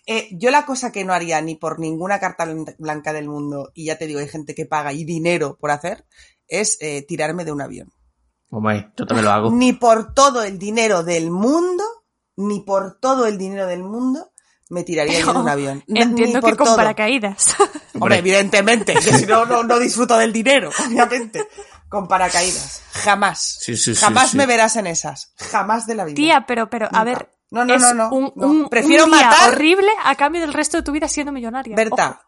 Eh, yo la cosa que no haría ni por ninguna carta blan- blanca del mundo, y ya te digo, hay gente que paga y dinero por hacer, es eh, tirarme de un avión.
Hombre, yo también lo hago.
Ni por todo el dinero del mundo, ni por todo el dinero del mundo, me tiraría yo de un
Pero
avión. (laughs) (laughs) Ni-
Entiendo
ni por
que con
todo.
paracaídas. (laughs)
Hombre,
Hombre.
evidentemente, que si no, no, no disfruto del dinero, (laughs) obviamente. Con paracaídas. Jamás.
Sí, sí, sí,
Jamás
sí.
me verás en esas. Jamás de la vida.
Tía, pero, pero, a
Nunca.
ver.
No, no,
es
no, no,
Un,
no.
un- un
Prefiero
día
matar-
horrible a cambio del resto de tu vida siendo millonaria. Oh,
Berta,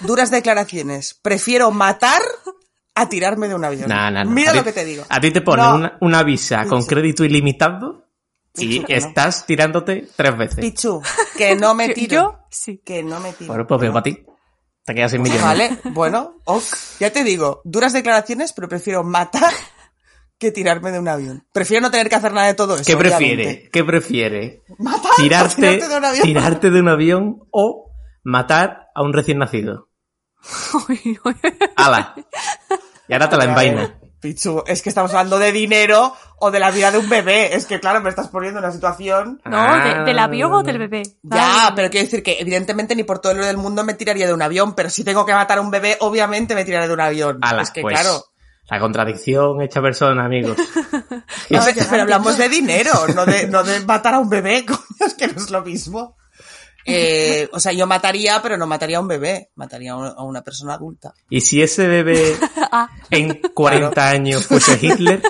duras declaraciones. Prefiero matar a tirarme de un avión.
Nah, nah, nah.
Mira
A
lo
ti-
que te digo.
A ti te ponen
No,
una, una visa con crédito ilimitado y
Pichu, que no.
estás tirándote tres veces.
Pichu, que no
(laughs)
me
Yo-
tiro.
Yo, sí.
Que no me tiro.
Bueno, pues bien para ti. Te quedas sin millones.
Vale, bueno,
(laughs)
ok. Ya te digo, duras declaraciones, pero prefiero matar que tirarme de un avión. Prefiero no tener que hacer nada de todo eso.
¿Qué
prefieres?
prefiere? ¿Qué prefiere?
Matar,
Tirarte,
tirarte de un avión.
tirarte de un avión o matar a un recién nacido.
Uy, uy.
¡Hala! Y ahora te la
A ver,
envaina.
Pichu, es que estamos hablando de dinero o de la vida de un bebé. Es que, claro, me estás poniendo en una situación.
No, de-
Ah.
del avión o del bebé.
Ya,
Dale.
pero quiero decir que, evidentemente, ni por todo el oro del mundo me tiraría de un avión, pero si tengo que matar a un bebé, obviamente me tiraré de un avión.
¡Hala!
es que,
pues,
claro.
La contradicción hecha
(laughs)
persona, amigo.
No, pero, pero hablamos de dinero, no de, no de matar a un bebé, (laughs) coño, es que no es lo mismo. Eh, o sea, yo mataría, pero no mataría a un bebé, mataría a un- a una persona adulta.
Y si ese bebé
Ah,
en 40 años fuese
(laughs)
Hitler,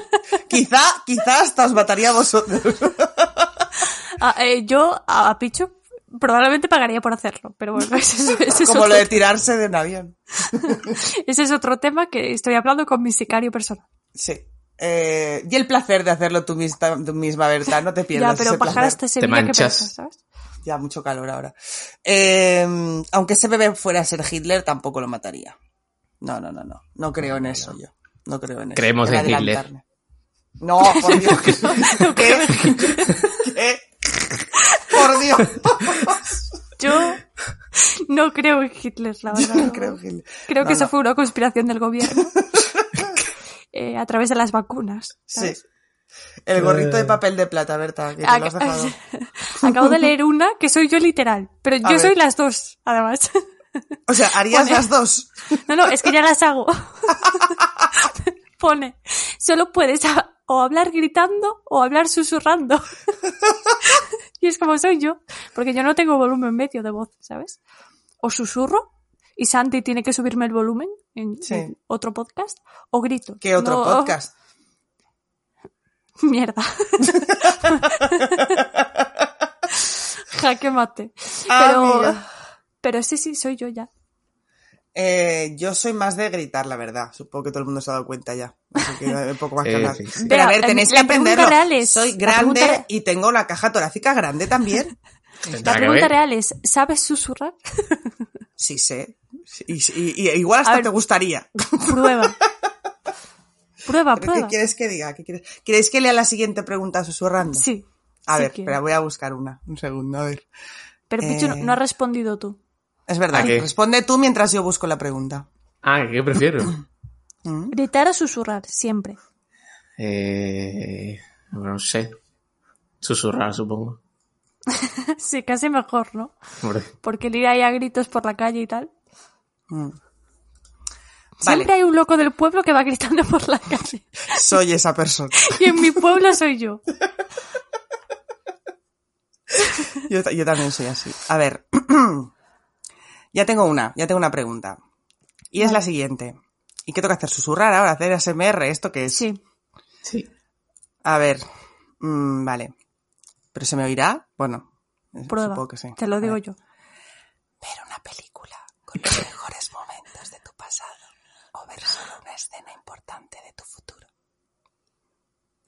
Quizá, quizá hasta os mataría
(laughs)
a vosotros.
ah, eh, yo a Pichu probablemente pagaría por hacerlo, pero bueno, (laughs) ese, es- ese es
Como
otro,
lo de tirarse de un avión.
ese es otro tema que estoy hablando con mi sicario personal.
Sí. Eh, y el placer de hacerlo tú misma, tú misma Berta, no te pierdas.
Ya, pero
ese
bajar
placer.
hasta Sevilla, ¿qué
manchas.
pasa, sabes?
Ya, mucho calor ahora. Eh, aunque ese bebé fuera a ser Hitler, tampoco lo mataría. No, no, no, no. No creo en eso yo. No creo en eso.
Creemos
En
en Hitler.
adelantarme. No,
(laughs)
por Dios. ¿Qué? ¿Qué? Por Dios.
Yo
(laughs)
no creo en Hitler, la
Yo
verdad.
no creo en Hitler.
Creo
No,
que eso
no.
fue una conspiración del
(laughs)
gobierno. eh, a través de las vacunas.
Sí.
¿sabes?
El gorrito de papel de plata, Berta, Eh. Ah, que te lo has (laughs) dejado.
Ac- Acabo de leer una que soy yo literal, pero yo
ver.
soy las dos, además.
O sea, harías
Pone-
las dos.
No, no, es que ya las hago. (laughs) Pone, solo puedes ha- o hablar gritando o hablar susurrando. (laughs) y es como soy yo, porque yo no tengo volumen medio de voz, ¿sabes? O susurro y Santi tiene que subirme el volumen en,
Sí.
en otro podcast o grito.
¿Qué otro
No,
podcast?
(laughs) Mierda. (laughs) Jaque mate.
Ah,
Pero,
mira.
pero sí, sí, soy yo ya.
Eh, yo soy más de gritar, la verdad. Supongo que todo el mundo se ha dado cuenta ya. Así que hay poco
(laughs)
más que
Eh, Sí,
hablar.
sí, sí.
Pero a ver,
Vea,
tenéis
la
que
pregunta
entenderlo.
real es-
Soy
la
grande
pregunta re-
y tengo una caja torácica grande también.
La
tendrá que
pregunta
ver.
real es, ¿sabes susurrar?
Sí sé. Sí, Y, y- y igual
A
hasta
ver.
te gustaría.
Prueba. Prueba,
Pero ¿Qué
prueba.
quieres que diga? ¿Qué quieres? ¿Queréis que lea la siguiente pregunta susurrando?
Sí.
A
sí
ver,
quiero.
espera, voy a buscar una. Un segundo, a ver.
Pero Pichu, no,
eh,
no has respondido tú.
Es verdad.
¿A qué?
Responde tú mientras yo busco la pregunta.
Ah, ¿qué prefiero?
¿Mm?
Gritar o susurrar, siempre. (laughs)
Eh, no sé. Susurrar, supongo.
sí, casi mejor, ¿no?
Hombre.
Porque el ir ahí a gritos por la calle y tal.
Mm.
Siempre hay un loco del pueblo que va gritando por la calle.
Soy esa persona.
Y en mi pueblo soy yo.
Yo, ta- yo también soy así. A ver. (clears throat) Ya tengo una, ya tengo una pregunta. Y es la siguiente. ¿Y qué toca hacer? ¿Susurrar ahora? ¿Hacer ASMR? ¿Esto qué es?
Sí.
Sí.
A ver. mm, vale. ¿Pero se me oirá? Bueno. eh,
Prueba.
Supongo que sí.
Te lo
A
digo
ver.
yo.
Ver una película con los mejores momentos de tu pasado. O ver solo una escena importante de tu
(laughs)
futuro.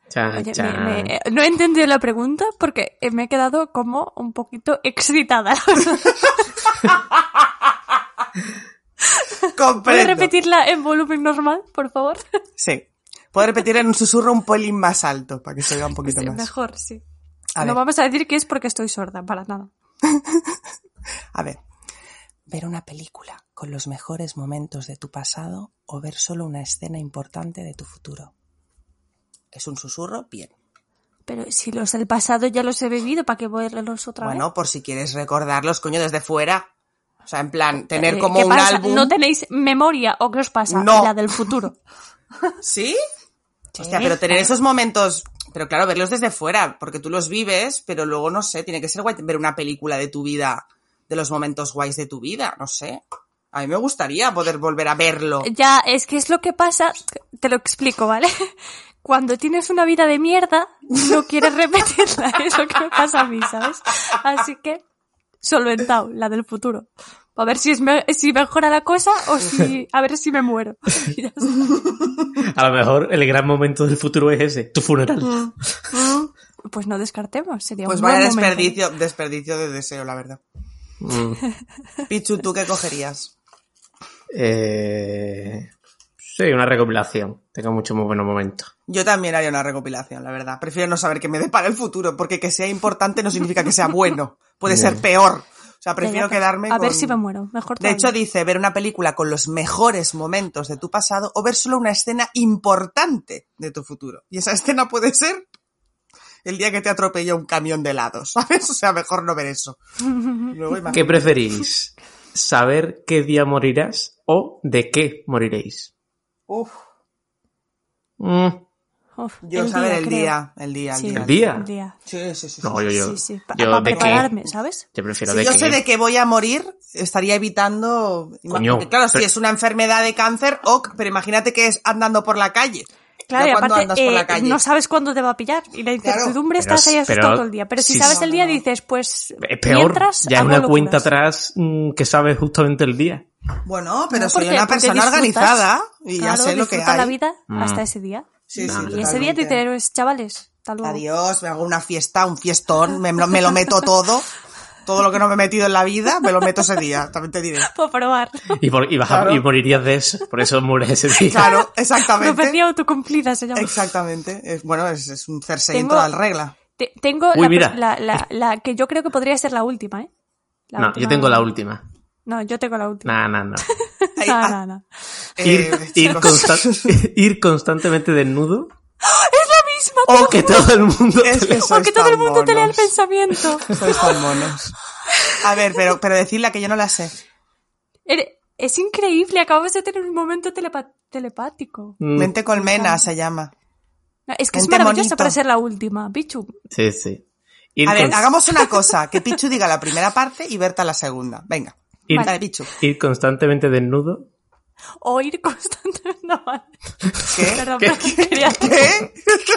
Chan,
Oye, me-
chan.
me- eh, no he entendido la pregunta porque eh, me he quedado como un poquito excitada. (laughs) Voy a
Comprendo.
repetirla en volumen normal, por favor.
Sí. Puedo repetir en un susurro un pelín más alto para que se oiga un poquito
Sí,
más.
mejor, sí.
A
no
ver.
vamos a decir que es porque estoy sorda, para nada.
A ver. Ver una película con los mejores momentos de tu pasado o ver solo una escena importante de tu futuro. ¿Es un susurro? Bien.
Pero si los del pasado ya los he vivido, ¿para qué voy a verlos otra vez?
Bueno, por si quieres recordarlos, coño, desde fuera. O sea, en plan, tener
Eh,
como
¿qué
un
pasa?
álbum.
¿No tenéis memoria o qué os pasa?
(laughs) No.
La del futuro.
¿Sí? Hostia, pero tener esos momentos. Pero claro, verlos desde fuera, porque tú los vives, pero luego no sé, tiene que ser guay ver una película de tu vida, de los momentos guays de tu vida, no sé. A mí me gustaría poder volver a verlo.
Ya, es que es lo que pasa, te lo explico, ¿vale? (laughs) Cuando tienes una vida de mierda, no quieres repetirla, (laughs) es lo que me pasa a mí, ¿sabes? Así que, solventado, la del futuro. A ver si, es me- si mejora la cosa o
(laughs)
si, a ver si me muero. Y ya está.
A lo mejor el gran momento del futuro es ese, tu funeral.
Pues no descartemos, sería
Pues
un buen
vaya
momento.
desperdicio, desperdicio de deseo, la verdad.
Mm.
Pichu, ¿tú qué cogerías?
Eh, sí, una recopilación. Tengo muchos muy buenos momentos.
Yo también haría una recopilación, la verdad. Prefiero no saber qué me depara el futuro, porque que sea importante no significa que sea bueno. Puede ser
Ya.
peor. O
Ya,
sea,
ya,
prefiero
pero
quedarme
pues, A ver
con-
si me muero, mejor
De hecho,
todavía.
dice ver una película con los mejores momentos de tu pasado o ver solo una escena importante de tu futuro. Y esa escena puede ser el día que te atropelló un camión de helados, (laughs) ¿sabes? O sea, mejor no
(laughs)
ver eso. Luego imagínate.
¿Qué preferís? ¿Saber qué día morirás o de qué moriréis?
Uf,
Mm,
Uf,
yo saber el
creo.
día, el día, el
Sí.
día.
¿El día?
El día.
Sí, sí, sí. sí.
No, yo, yo,
Sí, sí, pa-
yo
para
de qué.
prepararme, ¿sabes?
Yo prefiero
Si
de
yo
qué.
sé de que voy a morir, estaría evitando...
Coño,
porque claro, si
pero-
es una enfermedad de cáncer, ok, pero imagínate que es andando por la calle.
Claro,
Ya
y
cuando
aparte
andas por
eh,
la calle.
no sabes cuándo te va a pillar y la incertidumbre
Pero
estás ahí
s-
asustado
pero
todo el día. Pero si
sí,
sabes
sí.
el día dices, pues
Es peor,
mientras
ya es
hago
una
locuras.
cuenta atrás mm, que sabes justamente el día.
Bueno, pero
No,
soy
porque-
una
porque
persona
disfrutas.
organizada y ya
Claro,
sé lo que
disfruta
hay.
la vida
Mm.
hasta ese día.
Sí, sí,
Y
Y ese
totalmente.
día te dices, chavales, tal luego.
Adiós, me hago una fiesta, un fiestón, me, me lo meto todo. Todo lo que no me he metido en la vida, me lo meto ese día, también te
(laughs)
diré.
Por
(laughs)
probar.
Y, por- y vas a-
Claro.
y morirías de eso. Por eso mueres ese día.
Claro, exactamente.
Profecía autocumplida se llama.
Exactamente. Es- bueno, es, es un Cersei en
Tengo-
toda la
(laughs)
regla.
Te- tengo
Uy,
la,
mira.
pers- la, la- la que yo creo que podría ser la última, ¿eh? La
no,
última-
yo tengo la última.
No, yo tengo la última.
No, no, no.
Ay,
No,
ah,
no,
(laughs)
no.
Ir,
eh,
ir
chicos. (laughs)
consta- ir constantemente desnudo
Misma,
o que todo el mundo...
Es que sois
porque todo el
tan
mundo te lea el
monos.
pensamiento.
Sois tan monos. A ver, pero, pero decirla que yo no la sé.
Ere- Es increíble, acabamos de tener un momento telepa- telepático.
Mm,
Mente colmena se llama.
No, es que es
Vente,
maravillosa
monito.
para ser la última, bichu.
Sí, sí. Ir
A ver,
cons-
hagamos una cosa, que Pichu diga la primera parte y Berta la segunda. Venga,
ir-
dale Pichu.
ir constantemente desnudo
O ir (laughs) constantemente. No, vale.
¿Qué?
Perdón, pero quería-
¿Qué? (laughs)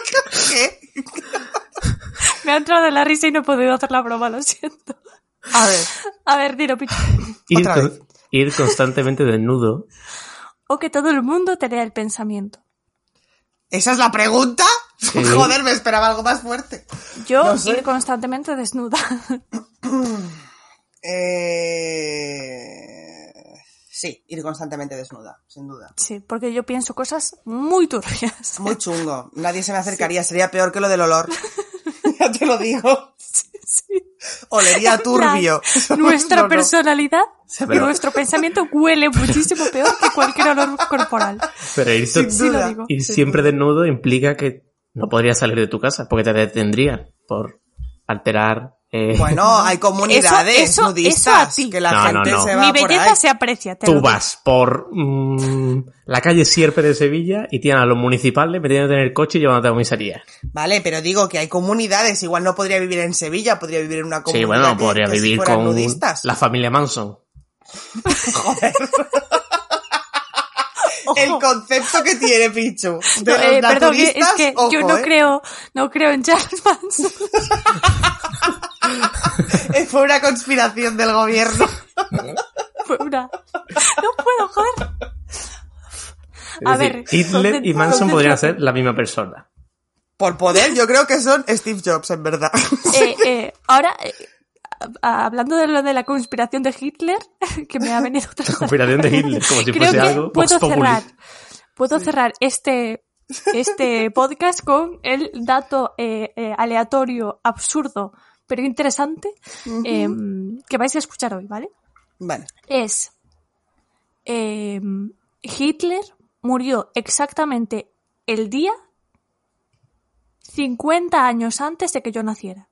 ¿Qué?
me ha entrado la risa y no he podido hacer la broma, lo siento.
A ver,
A ver, dilo, bichu.
ir,
Otra
con-
vez.
ir constantemente desnudo.
O que todo el mundo te lea el pensamiento.
¿esa es la pregunta?
Sí.
(laughs) Joder, me esperaba algo más fuerte.
Yo
No sé.
ir constantemente desnuda. (laughs)
Eh... Sí, ir constantemente desnuda, sin duda.
Sí, porque yo pienso cosas muy
(laughs)
turbias.
Muy chungo, nadie se me acercaría, sería peor que lo del
(laughs)
olor. ya te lo digo.
Sí.
Olería a turbio.
Nuestra
No, no.
personalidad,
pero-
nuestro pensamiento huele muchísimo peor que cualquier olor corporal.
(laughs)
Pero ir,
Sin
so-
Sí, lo
duda.
digo.
ir siempre desnudo implica que no podrías salir de tu casa porque te detendrían por alterar. eh,
Bueno, hay comunidades
Eso- eso-
nudistas
eso a ti.
que la
No,
gente
no, no.
se va
Mi
por
belleza
ahí.
se aprecia, te lo
Tú
digo.
vas por mm, la calle Sierpe de Sevilla y tienen a los municipales metiéndote en el coche y llevándote a la comisaría.
Vale, pero digo que hay comunidades, igual no podría vivir en Sevilla, podría vivir en una
Sí,
comunidad
bueno,
que-
podría
que
vivir
fueran
con
nudistas.
la familia Manson.
Joder. El concepto que tiene Pichu de
No,
los
eh, perdón, es
naturistas,
que
ojo,
yo no
eh.
creo, no creo en Charles Manson. (laughs)
Eh, (laughs) Fue una conspiración del
(laughs)
gobierno.
Fue una- No puedo, joder.
Es
A
decir,
ver,
Hitler y
concéntrate.
Manson podrían ser la misma persona. (laughs)
Por poder, yo creo que son Steve Jobs, en verdad.
Eh, eh, ahora, eh, a- a- hablando de lo de la conspiración de Hitler, (laughs) que me ha venido otra vez.
Conspiración de Hitler, como si
Creo
fuese
que
algo
puedo
post-populi.
cerrar, puedo cerrar este,
(laughs)
este podcast con el dato eh, eh, aleatorio, absurdo, pero interesante eh, que vais a escuchar hoy, ¿vale?
Vale.
es eh, Hitler murió exactamente el día 50 años antes de que yo naciera.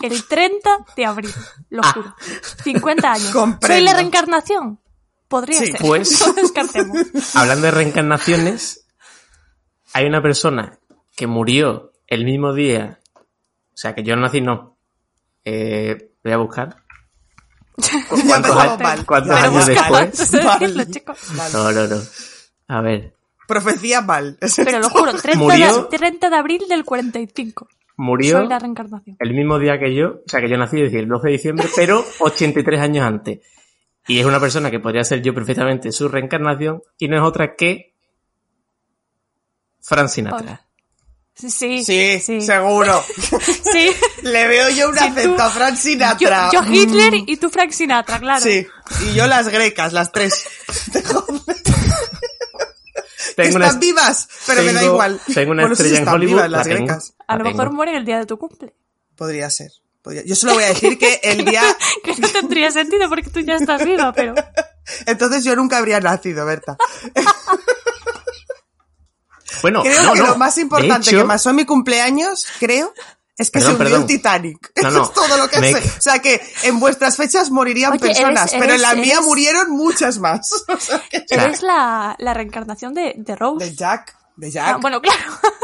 El 30 de abril, lo juro. 50 años. ¿Soy
Ah. Comprendo.
la reencarnación? Podría
Sí,
ser. (laughs)
pues.
No descartemos.
Hablando de reencarnaciones, hay una persona que murió el mismo día. O sea, que yo nací, no. Eh, voy a buscar.
Ya
¿Cuántos,
empezamos
años-
mal.
cuántos
Ya
Pero
años
empezamos
buscaba
mal.
después?
(laughs)
antes de
Vale.
(laughs) decirlo, chicos.
Vale.
No, no, no. A ver.
Profecía mal. Es
Pero lo
esto.
juro, 30 de,
Murió.
30 de abril del 45.
Murió
Soy la reencarnación.
el mismo día que yo. O sea, que yo nací, es decir, el 12
(laughs)
de diciembre, pero 83 años antes. Y es una persona que podría ser yo perfectamente su reencarnación y no es otra que. Frank Sinatra.
Sí, sí.
Sí,
sí.
seguro.
sí.
Le veo yo un
Si tú-
acento a
(laughs)
Frank
Yo,
Sinatra.
yo Hitler y tú Frank Sinatra, claro.
Sí. Y yo las grecas, las tres. Que
Tengo
(laughs)
una-
están vivas, pero me da
tengo-
igual.
tengo una
Bueno, sí,
estrella en
están
Hollywood,
vivas
la
las
tengo.
grecas.
A lo
La
mejor
tengo.
muere el día de tu cumple. (laughs)
Podría ser. podría- Yo solo voy a decir que el día... (laughs)
Que no tendría sentido porque tú ya estás viva,
(laughs)
pero.
Entonces yo nunca habría nacido, Berta.
Bueno,
Creo
no,
que
no.
lo más
De
importante
hecho,
que pasó en mi cumpleaños, creo, es que
Perdón,
se hundió
perdón.
el Titanic.
No,
Eso
no.
(laughs) es todo lo que
Me-
sé. O sea que en vuestras fechas morirían
Oye,
personas,
eres-
pero en la
eres-
mía
eres-
murieron muchas más. O sea que-
sea-
Eres la, la reencarnación de, de Rose.
De Jack, de Jack,
Ah, bueno, claro.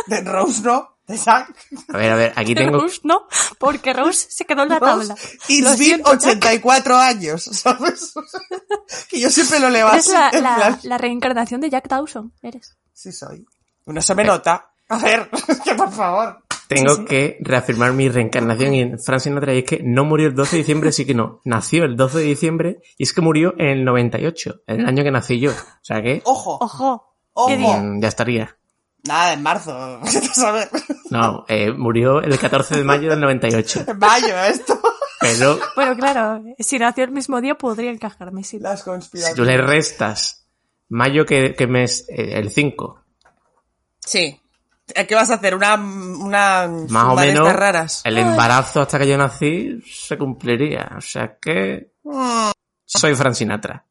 de Rose no, de Jack.
A ver, a ver, aquí
De
(laughs)
tengo.
Rose no, porque Rose se quedó en la tabla.
Y
Lo siento, Jack.
84 años, (laughs) ¿sabes? O sea, que yo siempre lo leo
Eres
así.
la,
en
la,
plan,
la reencarnación de Jack Dawson. Eres.
Sí soy. Uno
Eh.
se me nota. A ver, (laughs) es que por favor.
Tengo que reafirmar mi reencarnación en Francia Sinatra y es que no murió el 12 de diciembre, sí que no. Nació el 12 de diciembre y es que murió en el 98, en el año que nací yo. O sea que
Ojo,
Ojo.
ojo.
¿Qué día?
mm, ya estaría.
Nada, en marzo. (laughs) A ver,
No, eh, murió el 14 de mayo del 98.
en mayo esto.
Pero
Bueno, claro, si nació el mismo día podría encajarme. Sí.
Las
si tú
conspiraciones.
le restas mayo que, que mes, eh, el 5,
Sí. Eh, ¿Qué vas a hacer? ¿Una, una
más o
zumba de
menos,
estas raras?
el embarazo hasta que yo nací se cumpliría. O sea que soy Frank Sinatra.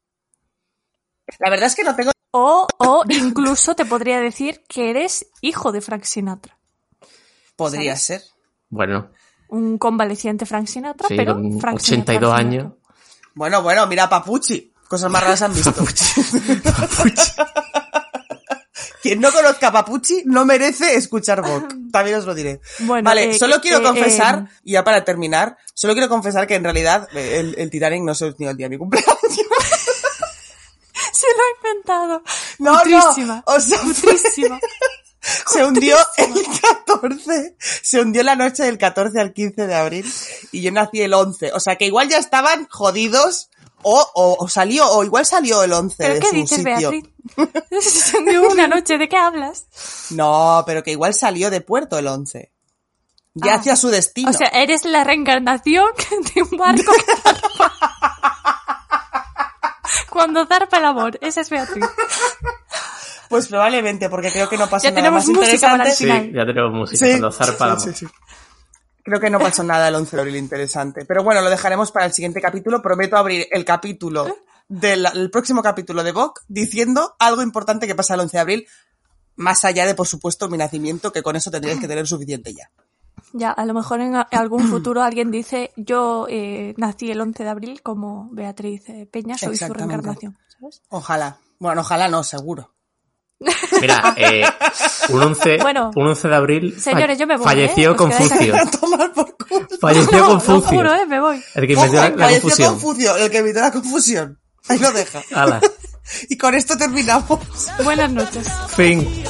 La verdad es que no tengo...
O, o incluso te podría decir que eres hijo de Frank Sinatra.
Podría ser.
Bueno,
Un convaleciente Frank Sinatra,
sí,
pero
con
Frank
82
Sinatra, Frank Sinatra.
años.
Bueno, bueno, mira Papuchi. Cosas más raras han visto. (laughs) Quien no conozca a Papuchi no merece escuchar Vogue. También os lo diré.
Ah. Bueno,
vale,
eh,
solo quiero
eh,
confesar,
eh,
y ya para terminar, solo quiero confesar que en realidad eh, el, el Titanic no se unió el día de mi cumpleaños. (laughs)
Se lo he inventado.
No, (laughs)
Putrísima.
no. O sea,
Putrísima.
se hundió el 14. Se hundió la noche del 14 al 15 de abril y yo nací el 11. O sea que igual ya estaban jodidos o, o, o salió, o igual salió el 11
¿Pero
de
qué
su
dices,
sitio.
Beatriz?
(laughs)
Se hundió una noche, ¿de qué hablas?
No, pero que igual salió de puerto el 11. Ya
Ah.
hacia su destino.
O sea, eres la reencarnación de un
(laughs)
barco que zarpa. Cuando zarpa el amor, esa es Beatriz.
pues probablemente, porque creo que no pasó
Ya
nada
tenemos
más
música
interesante.
para el
Sí,
Final.
ya tenemos música
Sí,
cuando zarpa la
sí,
voz.
sí, sí. Creo que no pasó nada el 11 de abril interesante. Pero bueno, lo dejaremos para el siguiente capítulo. Prometo abrir el capítulo del el próximo capítulo de Vogue diciendo algo importante que pasa el 11 de abril, más allá de, por supuesto, mi nacimiento, que con eso tendríais que tener suficiente ya.
Ya, a lo mejor en a-
Mm.
algún futuro alguien dice, yo eh, nací el 11 de abril como Beatriz eh, Peña, soy su
Exactamente.
reencarnación. ¿sabes?
Ojalá. Bueno, ojalá no, seguro.
(laughs)
Mira, eh, un, 11,
Bueno.
un 11 de abril fa-
Señores, yo me voy,
falleció
¿eh? Os
Confucio.
(laughs) A tomar por culo.
(laughs)
Falleció
No, lo
Confucio.
juro, eh, me voy.
El que
Ojo,
inventó la, la
falleció
confusión.
Confucio, el que evitó la confusión. Ahí lo deja.
Ala,
Y con esto terminamos.
Buenas noches.
fin.